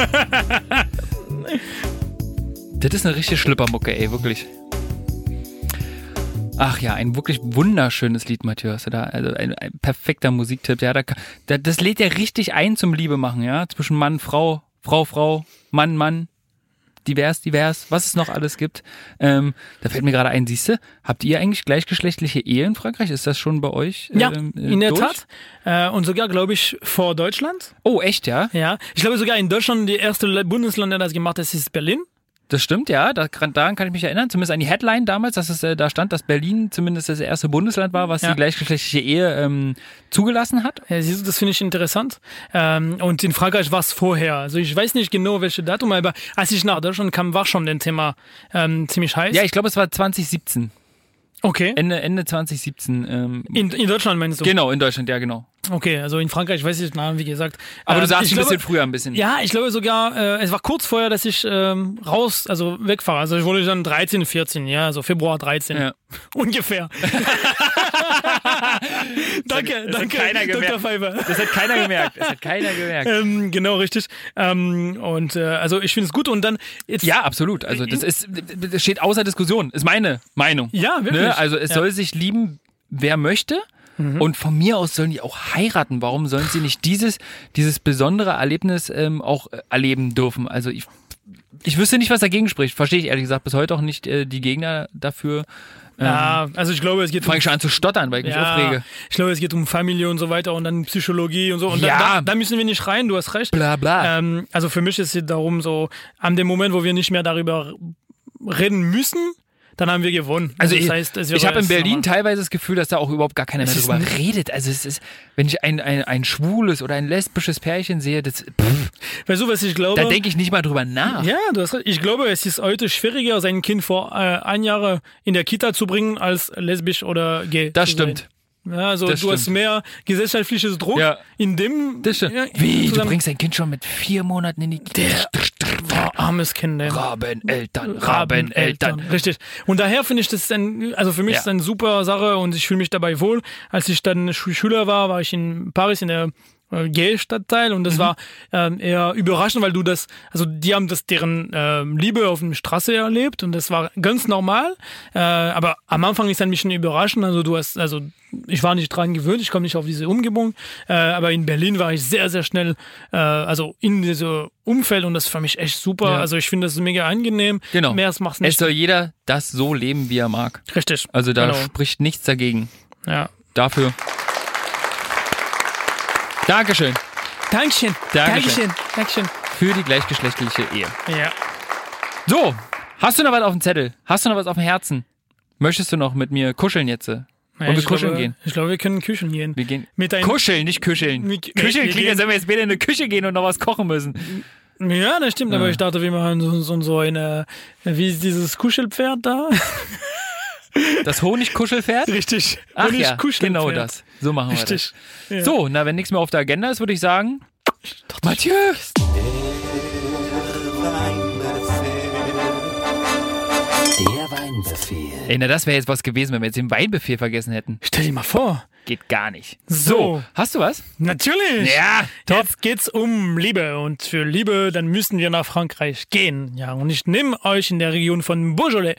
Speaker 2: das ist eine richtige Schlüppermucke, ey, wirklich. Ach ja, ein wirklich wunderschönes Lied, Mathieu, hast du da. Also ein, ein perfekter Musiktipp. Ja, da, ka- da, das lädt ja richtig ein zum Liebe machen, ja? Zwischen Mann, Frau, Frau, Frau, Mann, Mann. Divers, divers, was es noch alles gibt. Ähm, da fällt mir gerade ein, siehste, habt ihr eigentlich gleichgeschlechtliche Ehe in Frankreich? Ist das schon bei euch?
Speaker 1: Ja,
Speaker 2: ähm, äh,
Speaker 1: in der
Speaker 2: durch?
Speaker 1: Tat. Äh, und sogar, glaube ich, vor Deutschland.
Speaker 2: Oh, echt, ja?
Speaker 1: Ja. Ich glaube sogar in Deutschland, die erste Le- Bundesland, der das gemacht hat, ist Berlin.
Speaker 2: Das stimmt, ja. Da- Daran kann ich mich erinnern. Zumindest an die Headline damals, dass es äh, da stand, dass Berlin zumindest das erste Bundesland war, was
Speaker 1: Ja.
Speaker 2: die gleichgeschlechtliche Ehe ähm, zugelassen hat.
Speaker 1: Ja, siehst du, das finde ich interessant. Ähm, und in Frankreich war es vorher. Also ich weiß nicht genau, welche Datum, aber als ich nach Deutschland kam, war schon das Thema ähm, ziemlich heiß.
Speaker 2: Ja, ich glaube, es war 2017.
Speaker 1: okay.
Speaker 2: Ende, Ende 2017. Ähm,
Speaker 1: In, in Deutschland meinst du?
Speaker 2: genau, in Deutschland, ja, genau.
Speaker 1: Okay, also in Frankreich weiß ich na, wie gesagt.
Speaker 2: Aber
Speaker 1: Ähm,
Speaker 2: du sagst
Speaker 1: ich
Speaker 2: ein bisschen
Speaker 1: glaube-
Speaker 2: früher, ein bisschen.
Speaker 1: Ja, ich glaube sogar, äh, es war kurz vorher, dass ich ähm, raus, also wegfahre. Also ich wurde dann 13, 14, ja, also Februar 13.
Speaker 2: Ja.
Speaker 1: Ungefähr. danke,
Speaker 2: hat
Speaker 1: danke,
Speaker 2: keiner
Speaker 1: Dr.
Speaker 2: gemerkt.
Speaker 1: Pfeiffer.
Speaker 2: Das hat keiner gemerkt. Das hat keiner gemerkt.
Speaker 1: Ähm, genau, richtig. Ähm, und äh, also ich finde es gut und dann jetzt.
Speaker 2: Ja, absolut. Also das ist das steht außer Diskussion. Ist meine Meinung.
Speaker 1: Mhm. Ja, wirklich.
Speaker 2: Ne? Also es
Speaker 1: Ja. Mhm.
Speaker 2: soll sich lieben, wer möchte. Und von mir aus sollen die auch heiraten. Warum sollen sie nicht dieses, dieses besondere Erlebnis ähm, auch äh, erleben dürfen? Also ich, ich wüsste nicht, was dagegen spricht. Verstehe ich ehrlich gesagt bis heute auch nicht äh, die Gegner dafür.
Speaker 1: Ja, also ich glaube, es geht
Speaker 2: Fange ich schon an zu stottern, weil ich mich aufrege.
Speaker 1: ich glaube, es geht um Familie und so weiter und dann Psychologie und so. Und
Speaker 2: Ja.
Speaker 1: da, da, da müssen wir nicht rein, du hast recht.
Speaker 2: Bla bla.
Speaker 1: Ähm, also für mich ist es darum so, an dem Moment, wo wir nicht mehr darüber reden müssen, dann haben wir gewonnen.
Speaker 2: Also ich,
Speaker 1: das heißt, es
Speaker 2: ich
Speaker 1: wäre
Speaker 2: habe in
Speaker 1: jetzt
Speaker 2: Berlin
Speaker 1: nochmal-
Speaker 2: teilweise das Gefühl, dass da auch überhaupt gar keiner mehr
Speaker 1: Es ist
Speaker 2: drüber
Speaker 1: ein-
Speaker 2: redet. Also es ist, wenn ich ein, ein, ein schwules oder ein lesbisches Pärchen sehe, das, pff,
Speaker 1: Weißt du, was ich glaube?
Speaker 2: da denke ich nicht mal drüber nach.
Speaker 1: ja, du hast recht. Ich glaube, es ist heute schwieriger, sein Kind vor äh, ein Jahr in der Kita zu bringen, als lesbisch oder gay.
Speaker 2: Das
Speaker 1: zu
Speaker 2: stimmt.
Speaker 1: Sein. Ja, also
Speaker 2: Das
Speaker 1: du hast
Speaker 2: stimmt.
Speaker 1: mehr gesellschaftliches Druck
Speaker 2: Ja.
Speaker 1: in dem.
Speaker 2: Das stimmt.
Speaker 1: Ja,
Speaker 2: Wie? Du
Speaker 1: zusammen-
Speaker 2: bringst dein Kind schon mit vier Monaten in die Kita.
Speaker 1: Boah, armes Kind, ey.
Speaker 2: Rabeneltern,
Speaker 1: Rabeneltern. Genau.
Speaker 2: Rabeneltern.
Speaker 1: Richtig. Und daher finde ich das ein, also für mich
Speaker 2: Ja.
Speaker 1: ist eine super Sache und ich fühle mich dabei wohl. Als ich dann Sch Schüler war, war ich in Paris in der äh, Gay-Stadtteil und das
Speaker 2: Mhm.
Speaker 1: war ähm, eher überraschend, weil du das, also die haben das deren ähm, Liebe auf der Straße erlebt und das war ganz normal. Äh, aber am Anfang ist ein bisschen überraschend. Also du hast, also ich war nicht dran gewöhnt, ich komme nicht auf diese Umgebung. Äh, aber in Berlin war ich sehr, sehr schnell, äh, also in diesem Umfeld und das ist für mich echt super.
Speaker 2: Ja.
Speaker 1: Also ich finde das mega angenehm.
Speaker 2: Genau.
Speaker 1: Mehr als macht's
Speaker 2: Es
Speaker 1: nicht.
Speaker 2: soll jeder das so leben, wie er mag.
Speaker 1: Richtig.
Speaker 2: Also da
Speaker 1: Genau.
Speaker 2: spricht nichts dagegen.
Speaker 1: Ja.
Speaker 2: Dafür. Dankeschön
Speaker 1: Dankeschön.
Speaker 2: Dankeschön.
Speaker 1: Dankeschön.
Speaker 2: für die gleichgeschlechtliche Ehe.
Speaker 1: Ja.
Speaker 2: So, hast du noch was auf dem Zettel? Hast du noch was auf dem Herzen? Möchtest du noch mit mir kuscheln jetzt? Wollen wir
Speaker 1: ich
Speaker 2: kuscheln
Speaker 1: glaube,
Speaker 2: gehen?
Speaker 1: Ich glaube, wir können kuscheln gehen.
Speaker 2: Wir gehen.
Speaker 1: Mit einem
Speaker 2: kuscheln, nicht küscheln.
Speaker 1: Mit-
Speaker 2: küscheln
Speaker 1: wir
Speaker 2: klingt, als
Speaker 1: gehen-
Speaker 2: wenn wir jetzt wieder in eine Küche gehen und noch was kochen müssen.
Speaker 1: Ja, das stimmt, aber ich dachte, wir machen so, so, so eine, wie ist dieses Kuschelpferd da?
Speaker 2: Das Honigkuschelpferd?
Speaker 1: Richtig.
Speaker 2: Ach
Speaker 1: Und ich
Speaker 2: ja,
Speaker 1: kuscheln
Speaker 2: genau
Speaker 1: Pferd.
Speaker 2: das. So machen wir
Speaker 1: Richtig.
Speaker 2: das.
Speaker 1: Ja.
Speaker 2: So, na, wenn nichts mehr auf der Agenda ist, würde ich sagen, Mathieu,
Speaker 8: Der Weinbefehl.
Speaker 2: ey, na, das wäre jetzt was gewesen, wenn wir jetzt den Weinbefehl vergessen hätten.
Speaker 1: Stell dir mal vor.
Speaker 2: Geht gar nicht.
Speaker 1: So.
Speaker 2: Hast du was?
Speaker 1: Natürlich.
Speaker 2: Ja,
Speaker 1: Jetzt geht's um Liebe und für Liebe, dann müssen wir nach Frankreich gehen. Ja, und ich nehme euch in der Region von Beaujolais.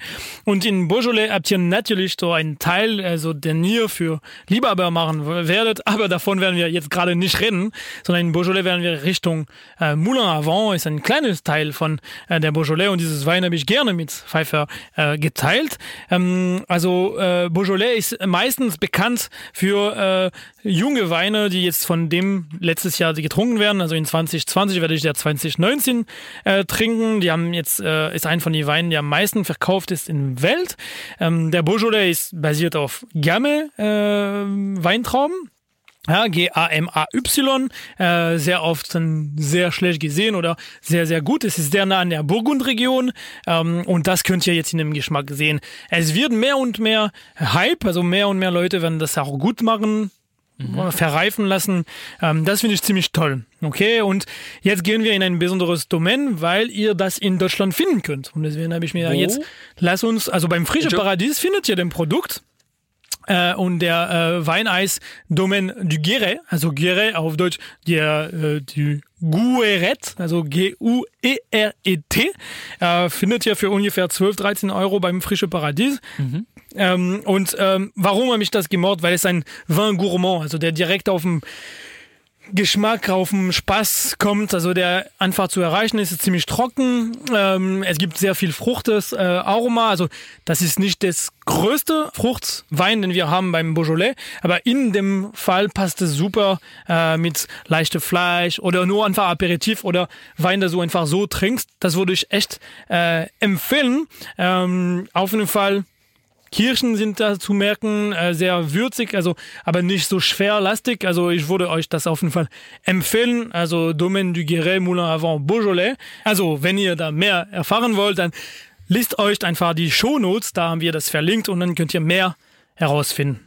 Speaker 1: Und in Beaujolais habt ihr natürlich so einen Teil, also den ihr für Liebhaber machen werdet, aber davon werden wir jetzt gerade nicht reden, sondern in Beaujolais werden wir Richtung äh, Moulin Avant, ist ein kleines Teil von äh, der Beaujolais und dieses Wein habe ich gerne mit Pfeiffer äh, geteilt. Ähm, also äh, Beaujolais ist meistens bekannt für äh, junge Weine, die jetzt von dem letztes Jahr die getrunken werden. Also in 2020 werde ich der 2019 äh, trinken. Die haben jetzt äh, ist ein von den Weinen, der am meisten verkauft ist in der Welt. Ähm, der Beaujolais ist basiert auf Gamay äh, Weintrauben. Ja, G-A-M-A-Y, äh, sehr oft dann sehr schlecht gesehen oder sehr, sehr gut. Es ist sehr nah an der Burgundregion ähm, und das könnt ihr jetzt in dem Geschmack sehen. Es wird mehr und mehr Hype, also mehr und mehr Leute werden das auch gut machen, oder verreifen lassen. Ähm, das finde ich ziemlich toll. Okay, und jetzt gehen wir in ein besonderes Domain, weil ihr das in Deutschland finden könnt. Und deswegen habe ich mir jetzt, lass uns, also beim Frische Paradies findet ihr den Produkt. Äh, und der äh, Weineis Domaine du Guéret, also Guéret auf Deutsch, der, äh, die Guéret, also G-U-E-R-E-T, äh, findet ihr für ungefähr 12, 13 Euro beim Frische Paradies. Ähm, und ähm, warum habe ich das gemordet? Weil es ein Vin Gourmand, also der direkt auf dem Geschmack, auf dem Spaß kommt, also der einfach zu erreichen ist, ist ziemlich trocken. Ähm, es gibt sehr viel fruchtes äh, Aroma, also das ist nicht das größte Fruchtwein, den wir haben beim Beaujolais, aber in dem Fall passt es super äh, mit leichtem Fleisch oder nur einfach Aperitif oder Wein, der du einfach so trinkst. Das würde ich echt äh, empfehlen. Ähm, auf jeden Fall Kirschen sind da zu merken, äh, sehr würzig, also aber nicht so schwerlastig. Also ich würde euch das auf jeden Fall empfehlen. Also Domaine du Guéret, Moulin Avant, Beaujolais. Also wenn ihr da mehr erfahren wollt, dann lest euch einfach die Shownotes, da haben wir das verlinkt und dann könnt ihr mehr herausfinden.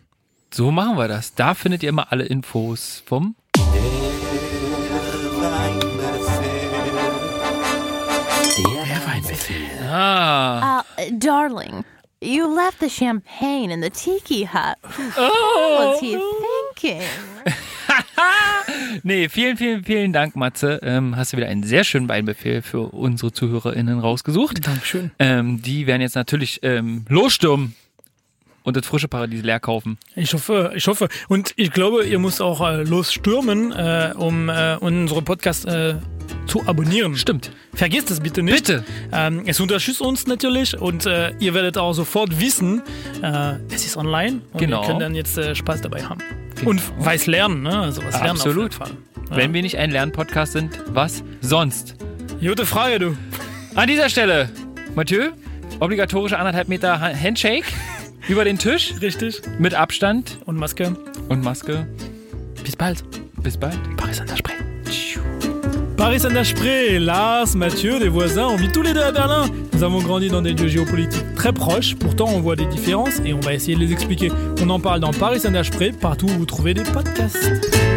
Speaker 2: so machen wir das. Da findet ihr immer alle Infos vom.
Speaker 8: Der Weinbefehl.
Speaker 2: Ah,
Speaker 9: Uh, darling, you left the champagne in the tiki hut. What was he thinking?
Speaker 2: nee, vielen, vielen, vielen Dank, Matze. Ähm, hast du wieder einen sehr schönen Weinbefehl für unsere ZuhörerInnen rausgesucht.
Speaker 1: Dankeschön.
Speaker 2: Ähm, die werden jetzt natürlich ähm, losstürmen und das frische Paradies leer kaufen.
Speaker 1: Ich hoffe, ich hoffe. Und ich glaube, ihr müsst auch äh, losstürmen, äh, um äh, unsere Podcast äh, zu abonnieren.
Speaker 2: Stimmt.
Speaker 1: Vergesst es bitte nicht.
Speaker 2: Bitte.
Speaker 1: Ähm, es unterstützt uns natürlich und äh, ihr werdet auch sofort wissen, äh, es ist online und
Speaker 2: Genau.
Speaker 1: ihr könnt dann jetzt äh, Spaß dabei haben.
Speaker 2: Genau.
Speaker 1: Und weiß lernen, ne? Also was lernen
Speaker 2: Absolut.
Speaker 1: auf jeden Fall.
Speaker 2: Wenn wir nicht ein Lernpodcast sind, was sonst?
Speaker 1: Gute Frage, du.
Speaker 2: An dieser Stelle, Mathieu, obligatorische anderthalb Meter Ha- Handshake über den Tisch
Speaker 1: Richtig.
Speaker 2: mit Abstand
Speaker 1: Und Maske.
Speaker 2: und Maske.
Speaker 1: Bis bald.
Speaker 2: Bis bald.
Speaker 1: Paris an der Spree. Paris an der Spree, Lars, Mathieu, des voisins, on vit tous les deux à Berlin. Nous avons grandi dans des lieux géopolitiques très proches, pourtant on voit des différences et on va essayer de les expliquer. On en parle dans Paris an der Spree, partout où vous trouvez des podcasts.